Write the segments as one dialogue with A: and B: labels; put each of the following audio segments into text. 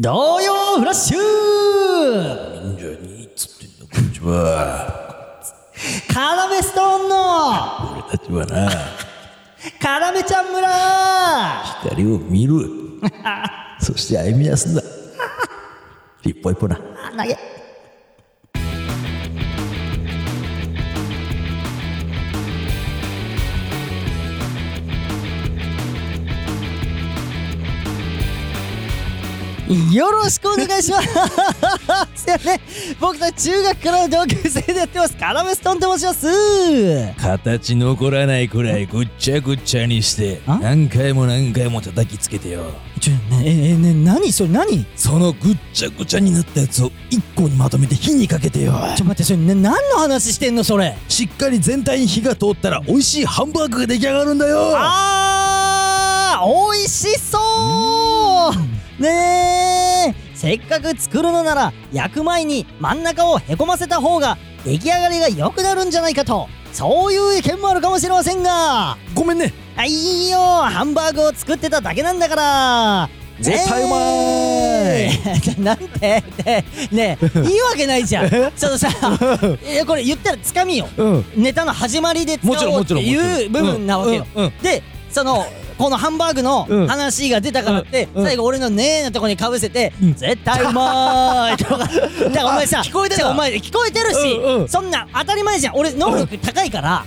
A: 童謡フラッシュ
B: 忍者にっつってんのこっちは
A: カラメストーンの
B: 俺たちはな
A: カラメちゃん村
B: 光を見るそして歩み出すんだ一歩一歩な
A: 投げよろしくお願いしますよね僕たち中学からの同級生でやってますカラメストーンと申します
B: 形残らないくらいぐっちゃぐっちゃにして
A: あ
B: 何回も何回も叩きつけてよ
A: ちょねええね何それ何
B: そのぐっちゃぐちゃになったやつを一個にまとめて火にかけてよ
A: ちょ待ってそれ、ね、何の話してんのそれ
B: しっかり全体に火が通ったら美味しいハンバーグが出来上がるんだよ
A: あー美味しそうねえせっかく作るのなら焼く前に真ん中をへこませた方が出来上がりが良くなるんじゃないかとそういう意見もあるかもしれませんが
B: ごめんね
A: あいいよハンバーグを作ってただけなんだから
B: 絶対うま
A: い なんてねえねえいいわけないじゃ んちょっとさいやこれ言ったらつかみよ
B: うん
A: ネタの始まりで使
B: もちろん
A: おう
B: も
A: っ
B: ち
A: て
B: ろんもちろん
A: いう部分なわけよ
B: うんうん
A: でそのこのハンバーグの
B: うん
A: 話が出たからって、
B: うんうん
A: 最後俺の「ねえ」のとこにかぶせて「
B: うん
A: 絶対うまーい」とか だからお前さ聞こえてるお前聞こえてるし、
B: うんうん
A: そんな当たり前じゃん俺能力高いから、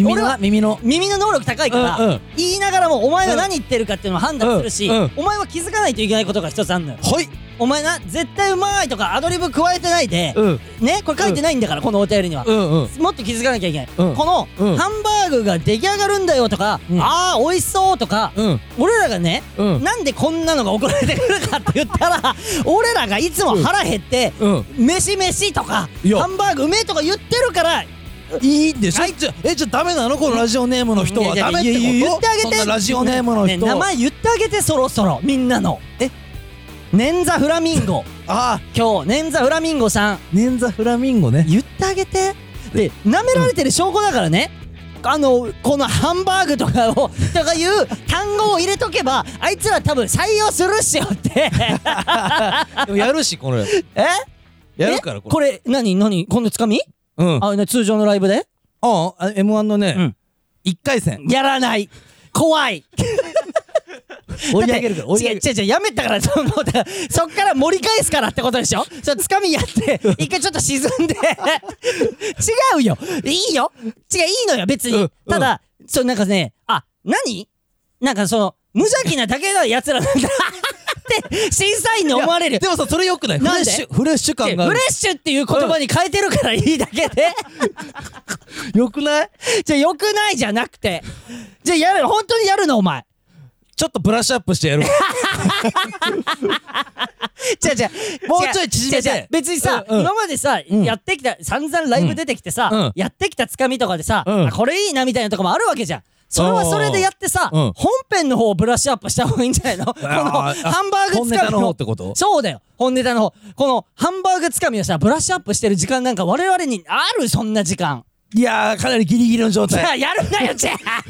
B: 耳
A: 俺
B: の
A: は
B: 耳の
A: 耳の能力高いから、
B: うんうん
A: 言いながらもお前が何言ってるかっていうのを判断するし、
B: うんうん
A: お前は気づかないといけないことが一つあんのよ
B: はい
A: お前な絶対うまーいとかアドリブ加えてないで、
B: うん
A: ねこれ書いてないんだから、このお便りには、
B: うんうん
A: もっと気づかなきゃいけない、
B: うん
A: この、
B: うん
A: ハンバーグが出来上がるんだよとか、
B: うん
A: ああ美味しそうとか、
B: うん
A: 俺らがね、
B: うん
A: なんでこんなのが送られてくるかって言ったら俺らがいつも腹減って
B: う、ん
A: 飯飯とか
B: いや
A: ハンバーグうめえとか言ってるから
B: いいんでしょ、
A: はい
B: じゃえじゃあダメなのこのラジオネームの人はい
A: や
B: ダ
A: いや
B: メっ
A: い
B: て
A: や言っ
B: こと
A: てあげて
B: そんなラジオネームの人、
A: ね名前言ってあげてそろそろみんなのえ捻挫フラミンゴ
B: ああ
A: 今日捻挫フラミンゴさん
B: 捻挫フラミンゴね
A: 言ってあげてで舐められてる証拠だからね、あのこのハンバーグとかを とかいう単語を入れとけばあいつら多分採用するっしよって
B: でもやるしこれ
A: え
B: やるから
A: えこ
B: れ
A: れ何何このつかみ、
B: うんあ
A: あな通常のライブで
B: あ m 1の
A: う
B: ね
A: ん
B: 一、回戦
A: やらない怖い
B: 追い上げるから追い上げる
A: 違う違う違うやめたからその だそっから盛り返すからってことでしょそつかみやって一回ちょっと沈んで 違うよいいよ違ういいのよ別
B: うんう
A: に
B: ん
A: ただそうなんかねあ何なんかその無邪気なだけのやつらなんだ って審査員に思われる
B: でもさそれよくないフレ
A: なん
B: ッ
A: で
B: シュフレッシュ
A: フレ
B: 感がある
A: ッシュっていう言葉に変えてるからいいだけで
B: よくない
A: じゃあよくないじゃなくてじゃあやる本当にやるのお前
B: ちょっとブラッシュアップ してやる
A: 違う違う。
B: もうちょい縮めて
A: 違う違う別にさ、
B: うんうん
A: 今までさ、
B: ん
A: やってきた、散々ライブ出てきてさ、
B: うん
A: やってきたつかみとかでさ、
B: うん
A: あこれいいなみたいなとこもあるわけじゃん。それはそれでやってさ、
B: うんうん
A: 本編の方をブラッシュアップした方がいいんじゃない のこの
B: あーあ
A: ハンバーグつか
B: 本ネタ
A: み
B: の方ってこと
A: そうだよ。本ネタの方。このハンバーグつかみをさ、ブラッシュアップしてる時間なんか我々にあるそんな時間。
B: いやーかなりギリギリの状
A: じゃ
B: 態
A: あやるなよ、じゃあ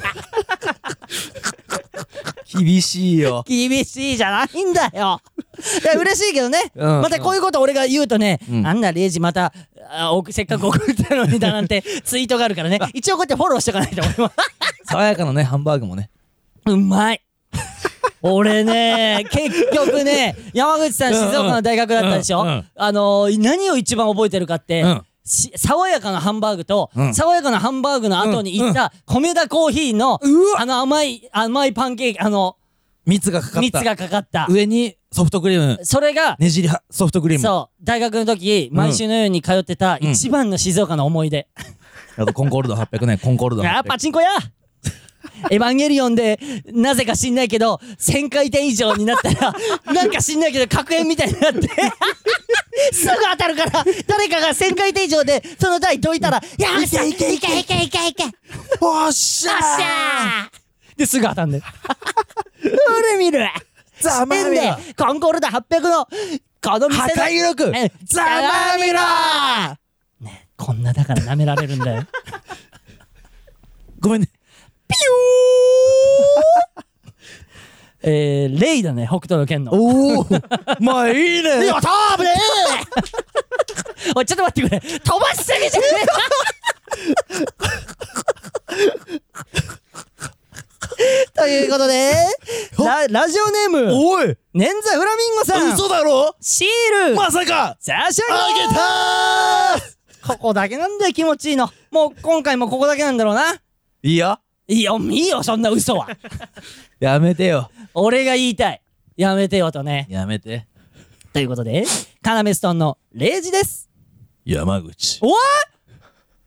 B: 厳しいよ
A: 厳しいじゃないんだよ。い や嬉しいけどね、
B: うん
A: またこういうこと俺が言うとね、
B: ん
A: あんなレイジまたあおせっかく送ったのにだなん てツイートがあるからね、一応こうやってフォローしておかないと俺も。
B: 爽やかなねハンバーグもね
A: うま い。俺ね、結局ね、山口さん
B: うん
A: 静
B: うん
A: 岡の大学だったでしょ、
B: うんうん
A: あのー何を一番覚えてるかって、
B: うん
A: し爽やかなハンバーグと、
B: うん
A: 爽やかなハンバーグの後に行った、米田コーヒーの、
B: うわ
A: あの甘い、甘いパンケーキ、あの、
B: 蜜がかかった
A: 蜜がかかった。
B: 上にソフトクリーム
A: それが、
B: ねじりはソフトクリーム
A: そう大学の時毎週のように通ってた
B: うん
A: 一番の静岡の思い出、
B: あとコンコルド800ねコンコルド
A: あー
B: 800
A: パチンコ屋 エヴァンゲリオンでなぜか知んないけど1000回転以上になった らなんか知んないけど確変みたいになって すぐ当たるから誰かが1000回転以上でその台どいたら「いやーいけいけいけいけいけいけ!」
B: おっしゃー
A: ですぐ当た んで俺見る
B: ざまあみろ
A: 知ってんでコンコルド800のこの店の
B: 破壊力
A: え
B: ざまあみろ
A: ねこんなだから舐められるんだよ
B: ごめんね
A: えー、レイだね、北斗の剣の。
B: おお まあいいね
A: やったーぶねー おい、ちょっと待ってくれ。飛ばしすぎじゃね えかということで、ララジオネーム、
B: おい
A: 捻挫フラミンゴさん、
B: 嘘だろ
A: シール、
B: まさか
A: 差し上げ
B: あげたー
A: ここだけなんだよ、気持ちいいの。もう今回もここだけなんだろうな。
B: いいよ
A: いいよ、いいよ、そんな嘘 は。
B: やめてよ
A: 俺が言いたい。やめてよとね。
B: やめて
A: ということで、カナメストーンのレイジです。
B: 山口
A: おわ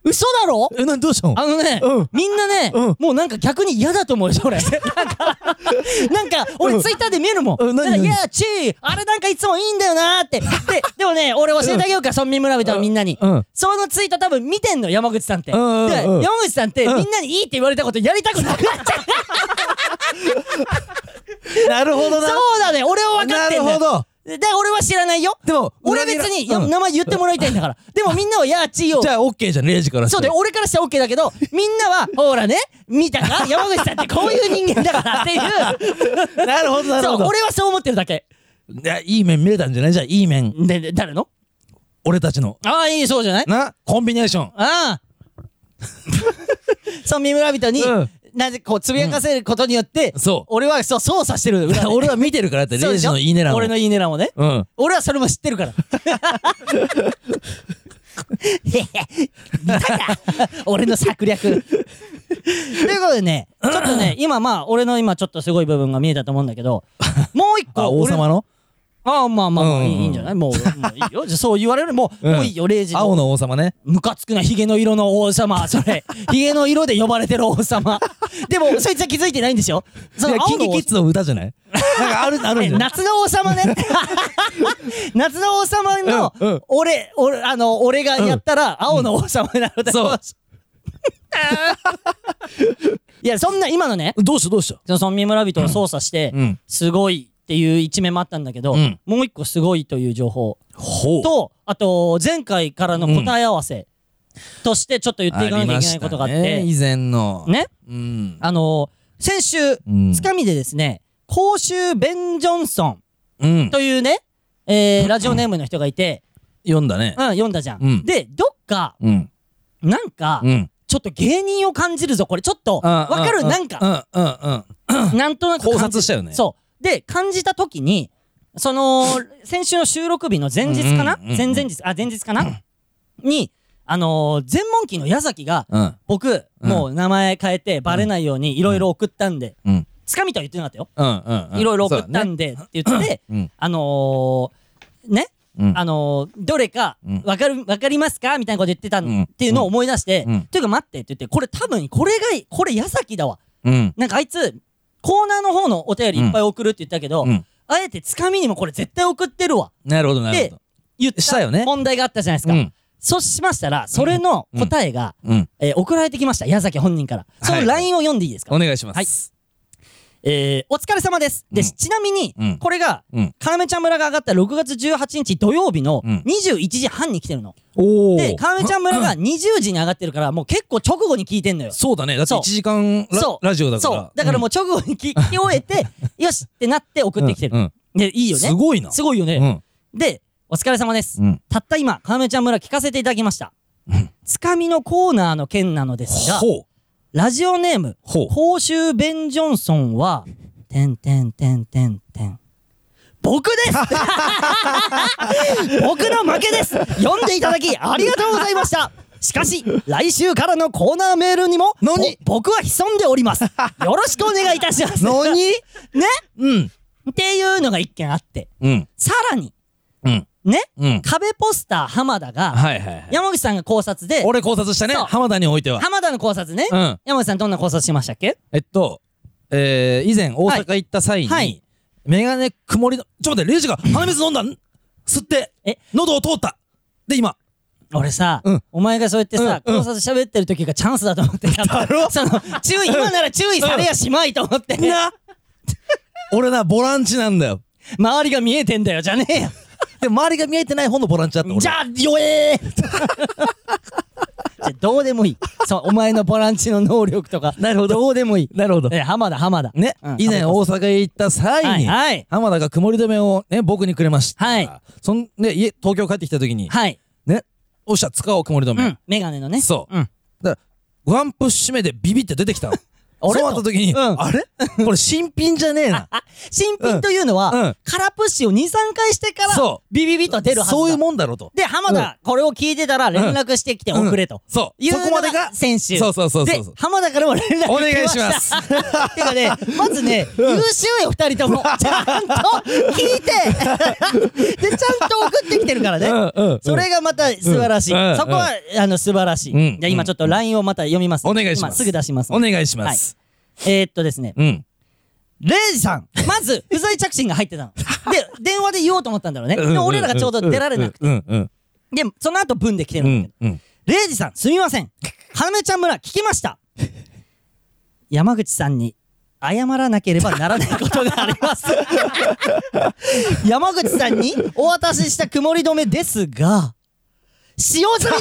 A: 嘘だろ
B: え、なにどうしたの
A: あのね、
B: うん
A: みんなね、
B: うん
A: もうなんか逆に嫌だと思うよ、そ れ。なんか、なんか俺ツイッターで見えるもん。
B: うん何
A: なんかい
B: 何
A: や、チー、あれなんかいつもいいんだよなー って。で、でもね、俺教えてあげようか、村民村人のみんなに。
B: うん
A: そのツイート多分見てんの、山口さんって。
B: うんうんうん
A: で山口さんって、
B: うん
A: みんなにいいって言われたことやりたくな くなっちゃう。
B: なるほどな
A: そうだね、俺は分かってんだよ。
B: なるほど
A: でだから俺は知らないよ。
B: でも
A: 俺別に、いや名前言ってもらいたいんだから。でもみんなは、やーちーを
B: じ。ゃあ OK じゃん0時からして
A: そうで、俺からしたら OK だけど、みんな は、ほらね、見たか山口さんってこういう人間だからっていう。
B: なるほどなる
A: そ
B: ほ
A: う、
B: ど
A: 俺はそう思ってるだけ。
B: いやいい面見れたんじゃないじゃあいい面
A: で、で誰の
B: 俺たちの
A: ああ、いい、そうじゃない
B: なコンビネーション
A: ああ。そう、三村人に、
B: うん
A: なぜこう、つぶやかせることによって、
B: そう
A: 俺はそう操作してる。裏で
B: 俺は見てるからって
A: そう
B: 0
A: でし
B: 時
A: ょ
B: のいいねなの
A: 俺のいいねなもね。
B: うん
A: 俺はそれも知ってる から。へへ見たか俺の策略。ということでね、ちょっと ね、今まあ、俺の今ちょっとすごい部分が見えたと思うんだけど、もう一個。
B: あ王
A: 俺
B: 様の
A: ああ、まあまあまあ、
B: うんうんうん
A: いいんじゃないもう、もういいよ。じゃあそう言われるもう、
B: うん
A: もういいよ、レイジ。
B: 青。の王様ね
A: ムカつくな、ヒゲの色の王様。そ れ、ヒゲの色で呼ばれてる王様。でも、そいつは気づいてないんでしょそ
B: いや
A: の
B: キ
A: 青
B: ンキ
A: の王
B: キッズの歌じゃないなんかあるあるん
A: え
B: じゃない
A: 夏の王様 ね。夏の王様の、
B: うんうん
A: 俺、俺、あの、俺がやったら、青の王様 になるだろ
B: そう
A: いや、そんな、今のね、
B: どうしたどうした
A: その村人を操作して、
B: うん
A: すごいっていう一面もあったんだけど、
B: うん
A: もう一個すごいという情報
B: ほう
A: と、あと、前回からの答え合わせとして、ちょっと言っていかなきゃいけないことがあっ
B: りました
A: て、
B: ね以前の
A: ね、
B: うん
A: あの、先週、
B: うん
A: つかみでですね、公衆ベン・ジョンソン、
B: うん
A: というね、えー、ラジオネームの人がいて、
B: 読んだね
A: うん、読んだじゃん。
B: うん
A: で、どっか、
B: うん
A: なんか、
B: うん
A: ちょっと芸人を感じるぞ、これ。ちょっと、わかる、なんか、
B: うんうんうん
A: なんとなく感じ。
B: 考察したよね
A: そう。で、感じたときに、その、先週の収録日の前日かな
B: うんうんうんうん
A: 前々日、あ、前日かなに、あのー、全問記の矢崎が、
B: うん
A: 僕、
B: うん
A: もう名前変えてバレないようにいろいろ送ったんで、
B: うん
A: つかみとは言ってなかったよ。
B: うんうんうん
A: いろいろ送っ
B: そうだ
A: た
B: ね
A: んでって言って、
B: うん
A: あのー、ね、
B: うん
A: あのーどれか
B: うん
A: わかる、わかりますかみたいなこと言ってた
B: うん
A: んっていうのを思い出して、
B: うん
A: というか待ってって言って、これ多分、これが、これ矢崎だわ。
B: うん
A: なんかあいつ、コーナーの方のお便りいっぱい送るって言ったけど、
B: うん
A: あえてつかみにもこれ絶対送ってるわ。
B: なるほどなるほ
A: 言っ
B: した
A: た
B: よね
A: 問題があったじゃないです
B: ど
A: か。
B: うん
A: そうしましたら、それの答えが、
B: うん
A: えー送られてきました。矢崎本人から。そ
B: は
A: の
B: い
A: LINE を読んでいいですか、
B: お願いします
A: えー、お疲れ様です。で、
B: うん
A: ちなみに、
B: うん
A: これが、
B: うん
A: カラメちゃん村が上がった6月18日土曜日の
B: うん
A: 21時半に来てるの。
B: おお
A: で、カラメちゃん村 が20時に上がってるから、もう結構直後に聞いてんのよ。
B: そうだねだって
A: そう
B: 1時間ラ
A: そう
B: ラジオだから
A: そう。だからもう直後に聞聞き終えて、 よしってなって送ってきて
B: うんう
A: る。
B: ん
A: で、いいよね。
B: すごいな
A: すごいよ
B: う
A: ね。
B: ん
A: で、お疲れ様です
B: う。ん
A: たった今、カラメちゃん村聞かせていただきました。つかみのコーナーの件なのですが、
B: ほう
A: ラジオネーム、
B: ほう
A: 公衆ベン・ジョンソンは、てんてんてんてんてん。僕です 僕の負けです読んでいただき、ありがとうございましたしかし、来週からのコーナーメールにも、
B: 何
A: ぼ僕は潜んでおります。よろしくお願いいたします。
B: 何
A: ね
B: うん
A: っていうのが一件あって。
B: うん
A: さらに、
B: うん
A: ね、
B: うん
A: 壁ポスター浜田が、
B: はいはいはい
A: 山口さんが考察で、
B: 俺考察したね
A: そう
B: 浜田においては
A: 浜田の考察ね、
B: うん
A: 山口さんどんな考察しましたっけ
B: えっと、えー、以前大阪行った際に、
A: はい
B: メガネ曇りの、ちょっと待って、レイジ が鼻水飲んだん吸って、
A: え
B: 喉を通った。で、今、
A: 俺さ、
B: うん
A: お前がそうやってさ、
B: うんうん
A: 考察喋ってる時がチャンスだと思ってやった。
B: ろ
A: その、注意、今なら注意されやしまいと思って。
B: な、 俺な、ボランチなんだよ。
A: 周りが見えてんだよ、じゃねえよ。
B: でも周りが見えてない方のボランチだった俺
A: じゃあ、よえーじゃどうでもいい。そう、お前のボランチの能力とか。
B: なるほど
A: どうでもいい。
B: なるほど。
A: え、浜田、浜田。
B: ね
A: うん、
B: 以前大阪へ行った際に、
A: はいはい
B: 浜田が曇り止めをね、僕にくれました。
A: はい
B: そんで、家、東京帰ってきた時に、
A: はい。
B: ね、おっしゃ、使おう、曇り止
A: う
B: め。
A: ん。メガネのね。
B: そう。
A: うん。
B: だから、ワンプッシュ目でビビって出て きたの。
A: あれ
B: そうなった時に、
A: うん
B: あれ これ新品じゃねえな。
A: あ、新品というのは、
B: うんうん
A: 空プッシュを2、3回してから、
B: そう
A: ビビビと出るはずだ。
B: そういうもんだろうと。
A: で、浜田、これを聞いてたら連絡してきて
B: うん
A: 遅れと。
B: そう。
A: いう
B: そ
A: のが
B: こまでが、
A: 先週。
B: そうそうそうそうそう
A: で、浜田からも連絡
B: お願いします
A: 来たてかね、まずね、優秀よ、二人とも。ちゃんと聞いてで、ちゃんと送ってきてるからね。
B: うんうんうん
A: それがまた素晴らしい。
B: うんうん
A: そこは、あの、素晴らしい。
B: うん
A: じゃあ今ちょっと LINE をまた読みます。
B: お願いしま
A: 今
B: す。
A: すぐ出します。
B: お願いします。
A: えーっとですね、
B: うん。
A: レイジさんまず、不在着信が入ってたの。で、電話で言おうと思ったんだろうね。
B: うんうん
A: で、
B: うん
A: 俺らがちょうど出られなくて。
B: うんうん
A: で、その後文で来てる
B: うん
A: だけど。
B: んうん。
A: レイジさん、すみません。花芽ちゃん村、聞きました。山口さんに謝らなければならないことがあります。山口さんにお渡しした曇り止めですが、使用済み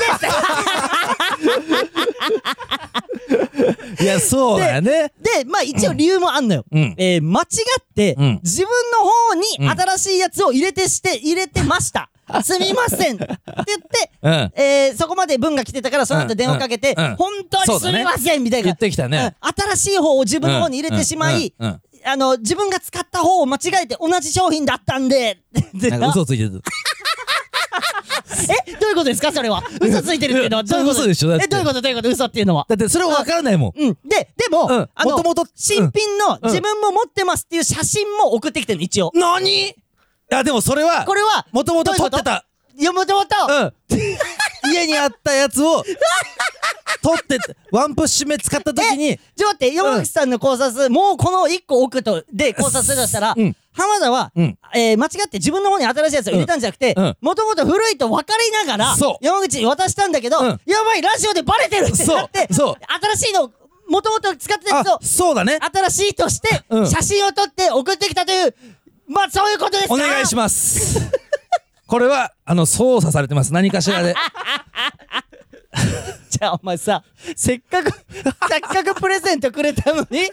A: です
B: いや、そうだよね。
A: で、まあ一応理由もあんのよ。
B: うん
A: えー間違って、
B: うん
A: 自分の方に新しいやつを入れてして、入れてました。 すみませんって
B: うん
A: 言って、えーそこまで文が来てたから、その後電話かけて、
B: うんうんうん
A: 本当にすみませんみたいな。
B: 言ってきたね
A: うん新しい方を自分の方に入れてしまい、
B: うんうんうん
A: あの、自分が使った方を間違えて同じ商品だったんで、って
B: なんか嘘ついてる。
A: えどういうことですかそれは。嘘ついてるっていうのはどういうこと
B: 嘘でしょだって
A: え、どういうことどういうこと嘘っていうのは。
B: だってそれわからないもん。
A: うん。で、でも、
B: うん
A: あの、
B: 元々
A: 新品の
B: うん
A: 自分も持ってますっていう写真も送ってきてるの、一応。
B: 何あ、でもそれは、
A: これは、
B: もともと撮ってた。
A: いや、もともと、
B: うん。家にあったやつを、取って、ワンプッシュ目使った時に、
A: ちょっと待って、山口さんの考察、もうこの1個置くと、で考察するとしたら、
B: うん
A: 浜田は、
B: うん
A: えー間違って自分の方に新しいやつを入れたんじゃなくて
B: うんうん、
A: もともと古いと分かりながら
B: そう、
A: 山口に渡したんだけど、
B: うん
A: やばい、ラジオでバレてるってなって、
B: そうそう
A: 新しいの、もともと使ってたやつ
B: あ
A: を、、
B: そうだね。
A: 新しいとして
B: う、ん
A: 写真を撮って送ってきたという、まあ、そういうことですか
B: お願いします。これは、あの、操作されてます。何かしらで。
A: じゃあお前さ、せっかく、せっかくプレゼントくれたのに、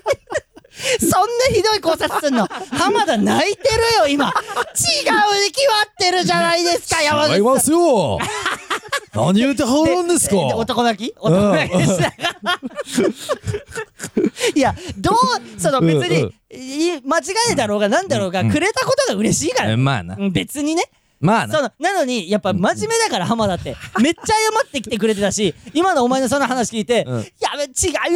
A: そんなひどい考察すんの浜田泣いてるよ、今。違うに決まってるじゃないですか、山口さん。
B: 違いま すよ。何言うてはるんですか。
A: え男泣き男泣きです。 いや、どう、その別
B: うん
A: に、い間違いだろうが何だろうが、くれたことが嬉しいから
B: え。まあな
A: う。ん別にね。
B: まあ
A: そ
B: な。
A: のなのに、やっぱ真面目だから、浜田って。めっちゃ謝ってきてくれてたし、今のお前のその話聞いて、
B: うん
A: やべ、違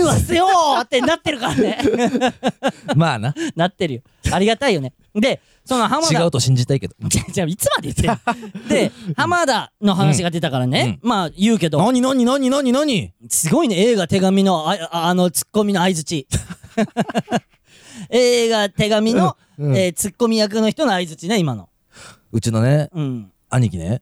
A: いますよーってなってるからね。
B: まあな。
A: なってるよ。ありがたいよね。で、その浜
B: 違
A: 田。
B: うと信じたいけど。
A: じゃ、じゃあいつまで言って んので、浜田の話が出たからね、まあ言うけど、
B: 何何何何何
A: すごいね、映画手紙の、あ、ああの、ツッコミの相づ ち。映画手紙の、
B: うんうん
A: えーツッコミ役の人の相づちね、今の。
B: うちのね、
A: うん。
B: 兄貴ね。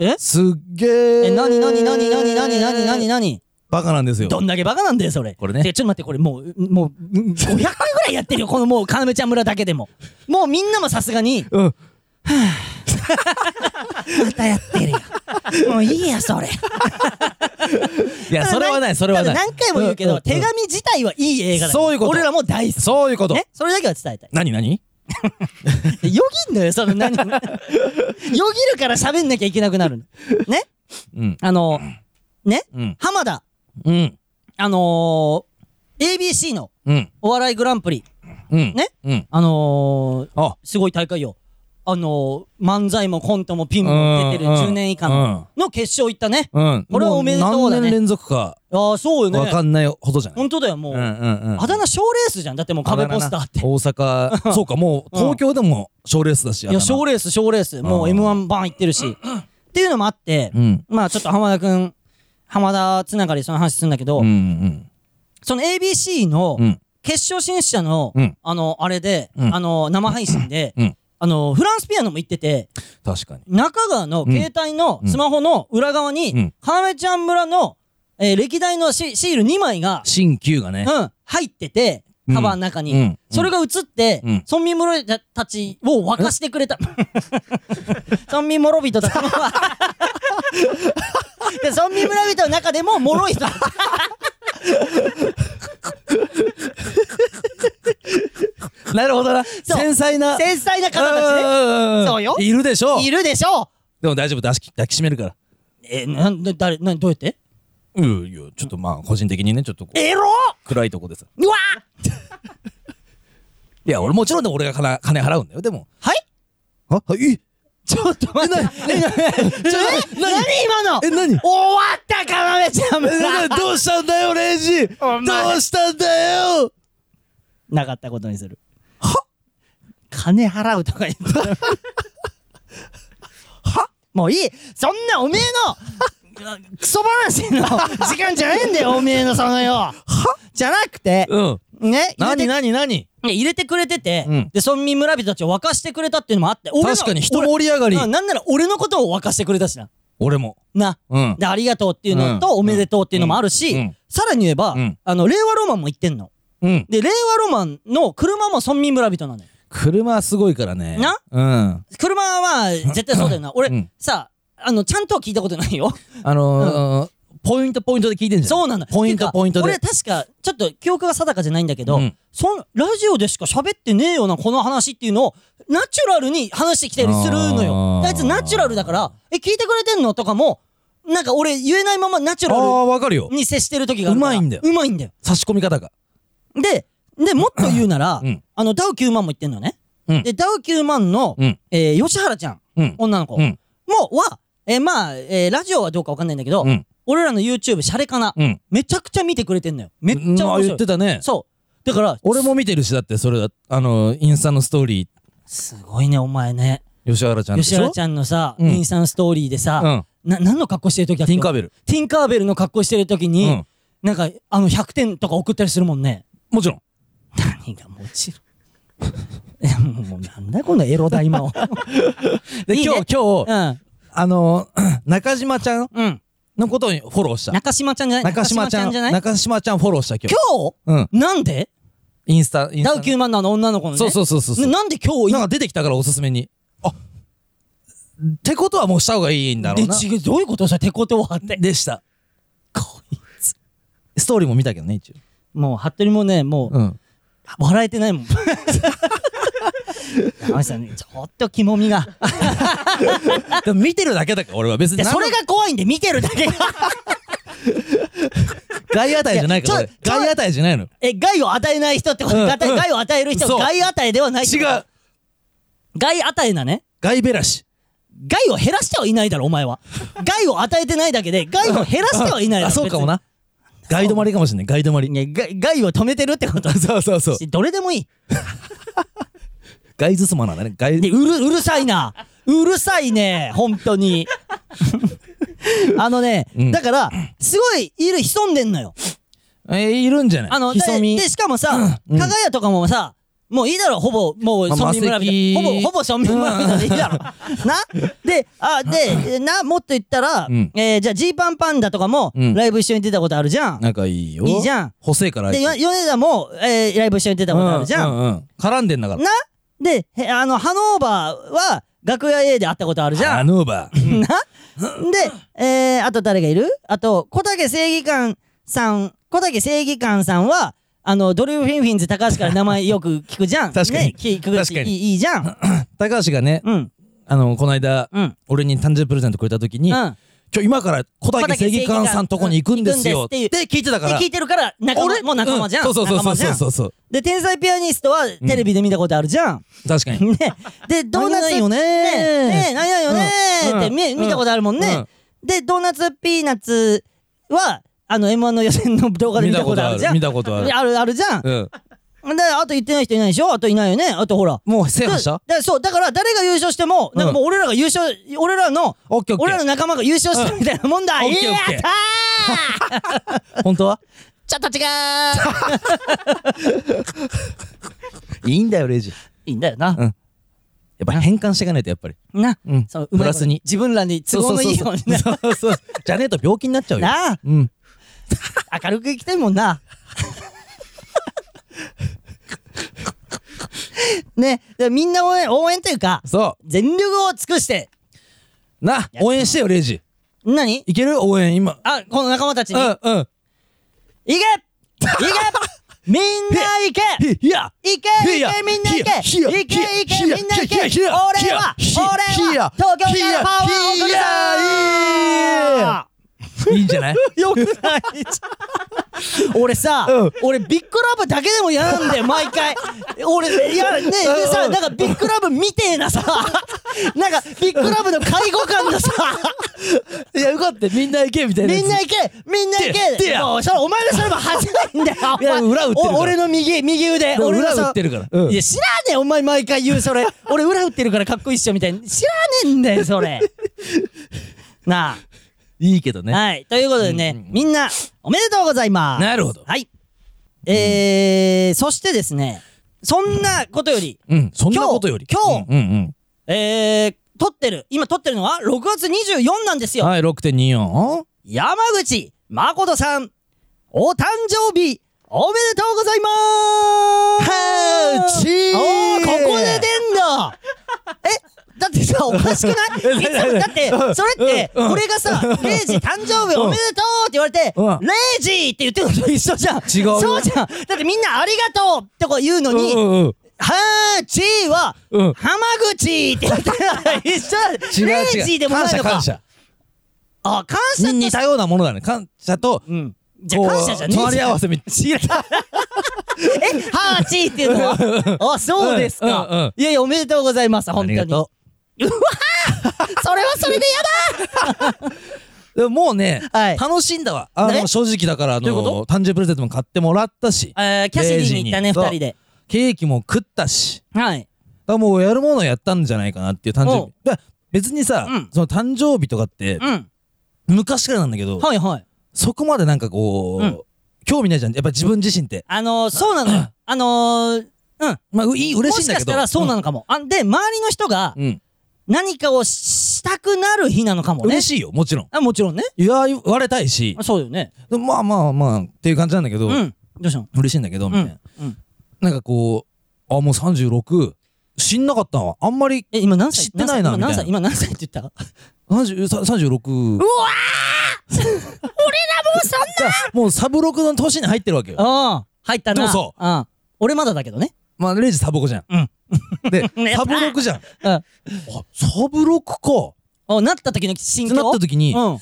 A: え
B: すっげー。
A: え、なになになになになになになになに
B: バカなんです よ。
A: どんだけバカなんだよ、それ。
B: これね
A: てかちょっと待って、これもう、もう、うん500回ぐらいやって るよ、このもう、要ちゃん村だけでも。もうみんなもさすがに、
B: うん。
A: またやってるよ。 もういいや、それ。
B: いや、それはない、それはない。
A: ただ何回も言うけど、
B: んん
A: 手紙自体はいい映画だから
B: そういうこと
A: 俺らも大好き。
B: そういうこと。
A: ね、それだけは伝えたい。
B: 何何
A: よぎんのよ、その何。 よぎるから喋んなきゃいけなくなるの。ね
B: うん。
A: あの、ね
B: うん。
A: 浜田、
B: うん。
A: あのー、ABC の
B: うん。
A: お笑いグランプリ、
B: うん。
A: ね
B: うん。
A: あのー、
B: あ、
A: すごい大会よ。あのー、漫才もコントもピンも出てる
B: うん
A: 10年以下のの決勝行ったね。
B: うん。
A: これはおめでとうだね
B: も何年連続か、
A: ああ、そうよ
B: わ
A: ね
B: か。んないほどじゃない。
A: 本当だよ、も
B: う
A: う。
B: んうんうん。
A: あだ名賞レースじゃん。だってもう壁ポスターって
B: あだ名な。大 阪、そうか、もう、東京でも賞レースだし、
A: いや、賞
B: レ
A: レース、賞レース。もう
B: うん
A: M1 版行ってるし。っていうのもあって、
B: うん。
A: まあちょっと浜田くん、浜田つながりでその話するんだけど、
B: うんうん。
A: その ABC の
B: うん。
A: 決勝進出者の、
B: うん
A: あの、あれで、
B: うん
A: あの、生配信で、
B: うん
A: あの、フランスピアノも行ってて、
B: 確かに。
A: 中川の携帯のスマホの裏側
B: う
A: に
B: ん、
A: 花芽ちゃん村の、えー歴代のシシール2枚が、
B: 新 旧がね。
A: うん、入ってて、
B: うん
A: カバンの中に。
B: うん
A: それが映って、
B: うん
A: 村民諸人たちを沸か してくれた。村民諸人たちは。で村民村人の中でも脆 い人だった
B: なるほどな。
A: そう
B: 繊細な。
A: 繊細な方たちね
B: た
A: そうよ
B: いるでしょう。
A: いるでしょう
B: でも大丈夫、抱き抱きしめるから。
A: えなんな誰などうやって
B: うん、いや、ちょっとまあ、個人的にね、ちょっとこう
A: エロ
B: 暗いとこでさ。
A: うわ
B: いや、俺もちろんでも俺が金金払うんだよ、でも。
A: はい
B: あ、はい。
A: ちょっと待ってえな え何今の
B: え
A: 終
B: 何
A: わったかなめちゃん村
B: どうしたんだよ、レイジど
A: お前
B: うしたんだよ
A: なかったことにするは金払うとか言ったらはもういいそんなおめえのクソ話の時間じゃねえんだよおめえのそのよはじゃなくて
B: うん。
A: ね入れて
B: 何何何
A: ね入れてくれてて、
B: うん
A: で村民村人たちを沸かしてくれたっていうのもあって
B: 確かに一盛
A: り
B: り上がり。
A: なんなら俺のことを沸かしてくれたしな
B: 俺も。
A: な、
B: うん。
A: でありがとうっていうのと、
B: うん
A: おめでとうっていうのもあるし、
B: うんうん
A: さらに言えば、
B: うん
A: あの令和ロマンも行ってんの
B: うん。
A: で令和ロマンの車も村民村人なのよ
B: 車はすごいからね。
A: な
B: うん。
A: 車は絶対そうだよな俺、
B: うん
A: さあのちゃんとは聞いたことないよ
B: あのー、ポイントポイントで聞いてんじゃん。
A: そうなの
B: ポイント
A: てか
B: ポイントで
A: 俺確かちょっと記憶が定かじゃないんだけど、
B: うん
A: そんラジオでしか喋ってねえようなこの話っていうのをナチュラルに話してきたりするのよ
B: あー
A: であいつナチュラルだから「え聞いてくれてんの?」とかもなんか俺言えないままナチュラ
B: ああ、わかるよ
A: ル。に接してる時があるから
B: うまいんだよ
A: うまいんだよ
B: 差し込み方が。
A: ででもっと言うなら、
B: うん
A: あのダウ9万も言ってんのね、
B: うん
A: でダウ9万の、
B: うん
A: えー吉原ちゃん
B: うん。
A: 女の子、
B: うん。
A: もうは、えーまあ、えーラジオはどうかわかんないんだけど、
B: うん
A: 俺らの YouTube シャレかな、
B: うん。
A: めちゃくちゃ見てくれてんのよ。めっちゃ
B: うん
A: 面
B: あ
A: 白
B: 言っ
A: い
B: て。たね。
A: そう。だから、
B: 俺も見てるし、だってそれだ、あのー、インスタのストーリー、
A: すごいね、お前ね。
B: 吉原ちゃんでし
A: 吉
B: ょ
A: 原ちゃんのさ、
B: うん
A: インスタンストーリーでさ、
B: うん。
A: な、何の格好してる時だっけ
B: ティンカーベル。
A: ティンカーベルの格好してる時に、
B: うん
A: なんか、あの、100点とか送ったりするもんね。
B: もちろん。
A: 何がもちろん。 いやもうもうなんだこのエロ大 魔王。
B: で、
A: いいね
B: 今日、今
A: う
B: 日、
A: ん。
B: あのー、 中島ちゃん
A: うん。
B: のことをフォローした。
A: 中島ちゃんじゃない
B: 中島ちゃん、
A: じゃない
B: 中島ちゃんフォローした、今日。
A: 今
B: うん。
A: 日なんで
B: インスタ、インス
A: ダ
B: タ。
A: ウ9万のあの女の子のね。
B: そうそうそうそうそう。
A: ななんで今日
B: なんか出てきたからおすすめに。あってことはもうした方がいいんだろうな。
A: で違うどういうことそれてことを張って
B: でした。
A: こいつ
B: ストーリーも見たけどね、一応。
A: もう服部もねもう、
B: うん。
A: 笑えてないもん 山口さんねちょっと肝みが
B: でも見てるだけだから、俺は別
A: で
B: に。
A: それが怖いんで見てるだ けが
B: 外野体じゃないから、
A: いや
B: 俺
A: ちょちょ
B: 外野体じゃないの。
A: え害を与えない人ってこと、
B: うん
A: 害
B: うん
A: 害を与える人
B: そう
A: 害与えではないって
B: 違
A: こと
B: う。
A: 害与えなね
B: 外ベラシ。
A: 害を減らしてはいないだろお前は 害を与えてないだけで害を減らしてはいないだろ
B: あ、そうかもな。ガイ止まりかもしれない、ガイ止まり。
A: 別にいや害害を止めてるってこと
B: そうそうそう。
A: どれでもいい
B: ガイズスマなんだね。ガイ
A: で、うる、うるさいな。うるさいね、本当に。あのね、
B: うん
A: だから、すごい、いる、潜んでんのよ。
B: えー、いるんじゃない
A: あの、で、
B: 潜み
A: で。しかもさ、
B: うん
A: かがやとかもさ、もういいだろ、ほぼ、もう、
B: まあ
A: 村民村
B: マセキ
A: 人。ほぼ、ほぼ村民村人でいいだろ。なで、あ、で、えな、もっと言ったら、
B: うん
A: えーじゃあ、ジーパンパンダとかも、
B: うん
A: ライブ一緒に出たことあるじゃん。
B: 仲いいよ。
A: いいじゃん。
B: 細いからあいつ。
A: で、よ米田も、えーライブ一緒に出たことあるじゃ。
B: うんううん。絡んでんだから。
A: なで、へあの、ハノーバーは、楽屋 A で会ったことあるじゃん
B: ア。ヌーバー。
A: なで、えー、あと誰がいるあと、小竹正義感さん、小竹正義感さんは、あの、ドリューフィンフィンズ高橋から名前よく聞くじゃん。
B: 確かに
A: ね、聞くし
B: 確か
A: い
B: に
A: いいいじゃ ん。
B: 高橋がね、
A: うん。
B: あの、この間、
A: うん。
B: 俺に誕生日プレゼントくれた時に、
A: う
B: 今
A: ん。
B: 日今から小竹正義感さんとこに行くんですよ
A: うん行
B: っ
A: くんです
B: て
A: って
B: 聞いて
A: で
B: たから、
A: 聞いてるから、仲間、もう仲間じゃん。
B: そうそうそう
A: 仲
B: そ
A: 間
B: う
A: じゃ
B: そ
A: ん
B: うそうそう
A: で、天才ピアニストはテレビで見たことあるじゃん。
B: 確かに
A: ね。で、ドーナツ。
B: 何々よね
A: ねね何々よね
B: うん
A: って見、
B: うん
A: 見たことあるもんね。で、ドーナツピーナッツは、あの、M1 の予選の動 画で見たことあるじゃん。
B: 見たことある見たことある
A: ある、あるじゃ ん。
B: うん
A: で、あと言ってない人いないでしょあといないよねあとほら。
B: もう制覇し
A: だ
B: た
A: だそう、だから誰が優勝しても、なんかもう俺らが優勝、俺らの、
B: オッケーオッ
A: 俺
B: ケ
A: らの
B: ー
A: 仲間が優勝してるみたいなもんだ。
B: う
A: い
B: んオッケ
A: や
B: ーオ
A: っ
B: ッケー
A: たー
B: 本当は
A: ちょっと違う
B: いいんだよレイジや
A: いいんだよな。
B: っぱ変換していかないとやっぱり
A: な、
B: うん
A: そう、うまいこと
B: プラスに
A: 自分らに都合のいいように
B: そうそうそうそうそうじゃねえと病気になっちゃうよ
A: な。なあ、
B: うん
A: 明るく生きてるもん な。ね、でみんな応援、応援というか、
B: そ
A: 全力を尽くして、
B: うな応援してよレイジ
A: 何
B: いける応援、今。
A: あ、この仲間たち
B: う
A: に。行
B: ん、うん。
A: け行けみんな行け
B: いや
A: 行け行けみんな行け行け行けみんな行け俺は俺は東京からパワーを送るぞ
B: いいんじゃない
A: よくないじゃん俺さ、
B: うん
A: 俺ビッグラブだけでも嫌なんだよ毎回俺いやねで
B: うん
A: さ
B: うん
A: なんかビッグラブみてえなさなんかビッグラブの介護官のさ
B: いや、よかった。みんな行けみたいなや
A: み
B: つ。
A: んな行けみんな行
B: でで
A: け
B: や
A: もうそれお前のそれも恥ずかしいんだよ
B: いや
A: お前
B: 裏打ってるから
A: お俺の右右腕
B: でも
A: 俺の
B: 裏
A: そ
B: 打ってるから。うん
A: いや知らねえお前毎回言うそれ俺裏打ってるからかっこいいっしょみたいに知らねえんだよそ れなあ
B: いいけどね。
A: はい。ということでね、みんな、おめでとうございます。
B: なるほど
A: はい。えー、そしてですね、そんなことより、
B: うん。そんなことより。
A: 今日
B: うんうん
A: えー、撮ってる、今撮ってるのは6月24なんです
B: う
A: よ。
B: ん。はい、6.24。
A: 山口誠さん、お誕生日、おめでとうございまーす
B: はーちー
A: おー、ここで出ん だえだってさ、おかしくないいつもだって、それって、
B: うんうん
A: 俺がさ、レイジ誕生日おめでとうって言われて、
B: うん
A: レイジって言ってるのと一緒じゃん。
B: 違うよ
A: そうじゃん。だってみんなありがとうってこう言うのに、
B: うんうん
A: はーちーは、
B: うん
A: 浜口って言ってるの一緒だ
B: 違う
A: レイジ
B: 違
A: で
B: う。
A: も
B: 感
A: ない
B: 謝
A: のか
B: 感。謝。
A: あ、感謝って
B: 似たようなものだね。感謝と、
A: うん。じゃあ感謝じゃねえ
B: こう隣り合わせみたいな。
A: え、ハーチーっていうのは あ、そうですか。
B: うんうんうん
A: いやいや、おめでとうございます、本当に。
B: ありがと
A: うわー それはそれでやだ
B: でももうね、
A: はい
B: 楽しんだわ。あ
A: ね
B: の、正直だから、あの、
A: どういうこ
B: 誕生日プレゼントも買ってもらったし、
A: えーキャシディに行ったね、
B: レイジに
A: 二人で。
B: ケーキも食ったし、
A: はい。
B: だからもうやるものはやったんじゃないかなっていう誕
A: お
B: 生
A: う
B: 日。だから別にさ、
A: うん
B: その誕生日とかって、
A: うん。
B: 昔からなんだけど、
A: はいはい。
B: そこまでなんかこう、
A: うん
B: 興味ないじゃん。やっぱ自分自身って。
A: あのー、そうなの よ。あのー、うん。
B: まあ、ういい、嬉
A: も
B: しいん
A: し
B: だ
A: か
B: け
A: し
B: ど。
A: たらそうなのかも。あで、周りの人が
B: うん。うん。
A: 何かをしたくなる日なのかもね。
B: 嬉しいよ、もちろん。
A: あ、もちろんね。
B: いや、言われたいし
A: あ、そうよね。
B: でもまあまあまあ、っていう感じなんだけど、
A: うん。どうしたの
B: 嬉しいんだけど、み
A: う
B: たい
A: ん
B: な。。
A: うん
B: なんかこう、あ、もう36、死んなかったわ。あんまり、
A: え、今何歳
B: 知ってないな
A: 何歳
B: み
A: 今何歳今何歳って 言った
B: 30 36。
A: うわー俺らもうそん
B: だからもうサブロクの年に入ってるわけよ。
A: ああ、入ったな。
B: でもそ
A: うん。俺まだだけどね。
B: まあ、レイジサブコじゃん。 で
A: ね、
B: サブロクじゃん。あ、
A: うん。あ
B: サブロクか。
A: なった時の心
B: って
A: 境
B: なった時に
A: う、ん。あ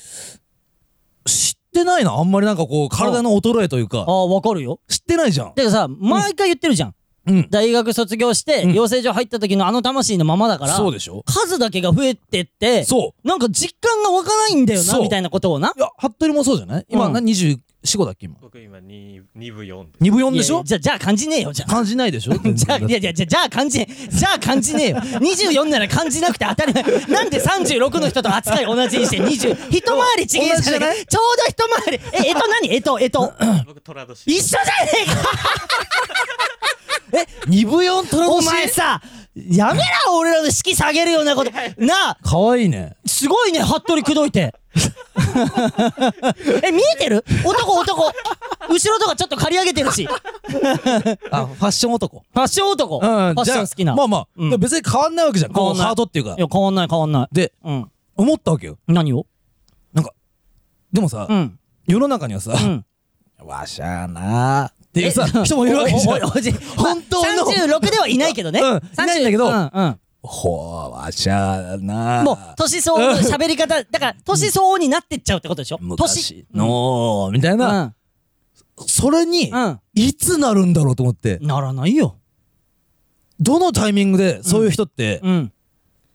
B: 知ってないな。あんまりなんかこう、体の衰えというか、
A: あ、わかるよ。
B: 知ってないじゃん。
A: てかさ、毎回言ってるじゃん。
B: うん。
A: 大学卒業して、養成所入った時のあの魂のままだから、
B: そうでしょ
A: 数だけが増えてって、
B: そ
A: なんか実感が湧かないんだよな、
B: そう
A: みたいなことをな
B: う。い。や、服部もそうじゃない今、
A: うん
B: な24、5だっけ今。
C: 僕今2部4で
B: 2分
A: い
B: 4
A: や
B: でしょ
A: じゃ、じゃあ感じねえよ、じゃあ。
B: 感じないでしょ
A: じゃあ、いやいや、じゃあ、じゃあ感じねえ。じゃあ感じねえよ。24なら感じなくて当たり前。なんで36の人と扱い同じにして20。一回り違えじゃ
B: 同じじゃ
A: な
B: ない
A: ちょうど一回り。え、えと何えと、えと。
C: 僕虎年
A: 一緒じゃねえか
B: 2分4トラ
A: お
B: 年
A: 前さ、やめろ俺らの式下げるようなこと。なあ、
B: かわいいね。
A: すごいね、服部口説いて。え、見えてる男男。後ろとかちょっと刈り上げてるし。フ
B: あ、ファッション男。
A: ァッション男。
B: う
A: ファ
B: ん。
A: ッ
B: じ
A: ショ
B: ゃあ
A: ン好きな。
B: まあま
A: うん
B: あ、別に変わんないわけじゃん。
A: 変わ
B: こ
A: ん
B: う、
A: ない
B: ハートっていうか
A: い。や、変わんない変わんない。
B: で、
A: うん。
B: 思ったわけよ。
A: 何を
B: なんか、でもさ
A: う、ん。
B: 世の中にはさ
A: う、ん。
B: わしゃーなーっていうさ、人もいるわけじゃん。
A: 本
B: 本当の
A: 36ではいないけどね。
B: うんいないんだけど
A: うんうん
B: ほーわしゃーなー。
A: もう、年相応の喋り方、だから、年相応になってっちゃうってことでしょ
B: 昔のー、みたい
A: 年
B: な、それに
A: うん。、うん。
B: いつなるんだろうと思って、
A: ならないよ。
B: どのタイミングでそういう人って、
A: うん。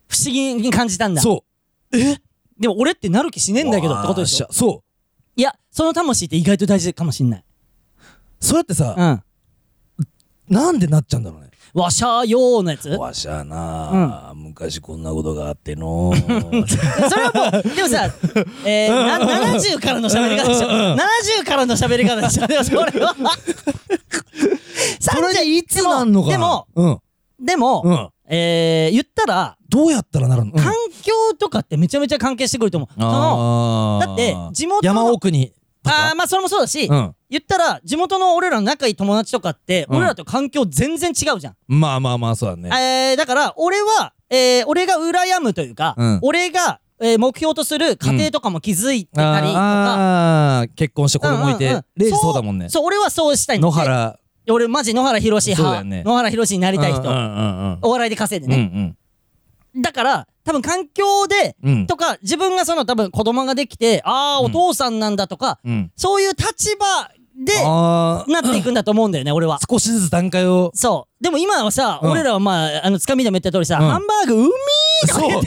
A: 不思議に感じたんだ。
B: そう。え
A: でも俺ってなる気しねえんだけどってことでし
B: わ
A: ょ
B: ーゃそ
A: いや、その魂って意外と大事かもしんない。
B: う。それって
A: う
B: さ、
A: ん。
B: なんでなっちゃうんだろうね。
A: わしゃーよーのやつそ
D: わしゃあなあ、昔こんなことがあって のう
A: れはもう、でも さ、えー、な70からの喋り方でしょ ?70 からの喋り方でしょでもそれは。
B: それ
A: 30
B: にいつなんのかな
A: でも、
B: うん。
A: でも、
B: うん。
A: えー、言ったら、
B: どうやったらなるのうん
A: 環境とかってめちゃめちゃ関係してくると思う。その
B: あー
A: だって地元の
B: 山奥にと
A: あー
B: か。
A: まあそれもそうだし、
B: うん。
A: 言ったら地元の俺らの仲いい友達とかって、
B: うん
A: 俺らと環境全然違うじゃん。
B: まあまあまあ、そうだね。
A: えー、だから俺は、えー、俺が羨むというか、
B: うん
A: 俺がえー目標とする家庭とかも築いてたりとか、
B: あー結婚して子
A: うんうんうん
B: 供いて、レイジそうだもんね。
A: そう俺はそうしたい
B: 野原。
A: で俺マジ野原宏
B: そうだ
A: 派、
B: よね
A: 野原宏になりたい人、
B: うんうん
A: お笑いで稼い
B: うんう
A: でね、
B: ん。
A: だから多分環境で、
B: うんうん。
A: とか自分がその多分子供ができてああ
B: うん
A: お父さんなんだとか、
B: うん。
A: そういう立場で
B: あ
A: なっていくんだと思うんだよね俺は
B: あ、少しずつ段階を。
A: そうでも今はさ、
B: うん
A: 俺らはまああのつかみでも言った通りさ、
B: うん
A: ハンバーグうみ
B: そう。そう。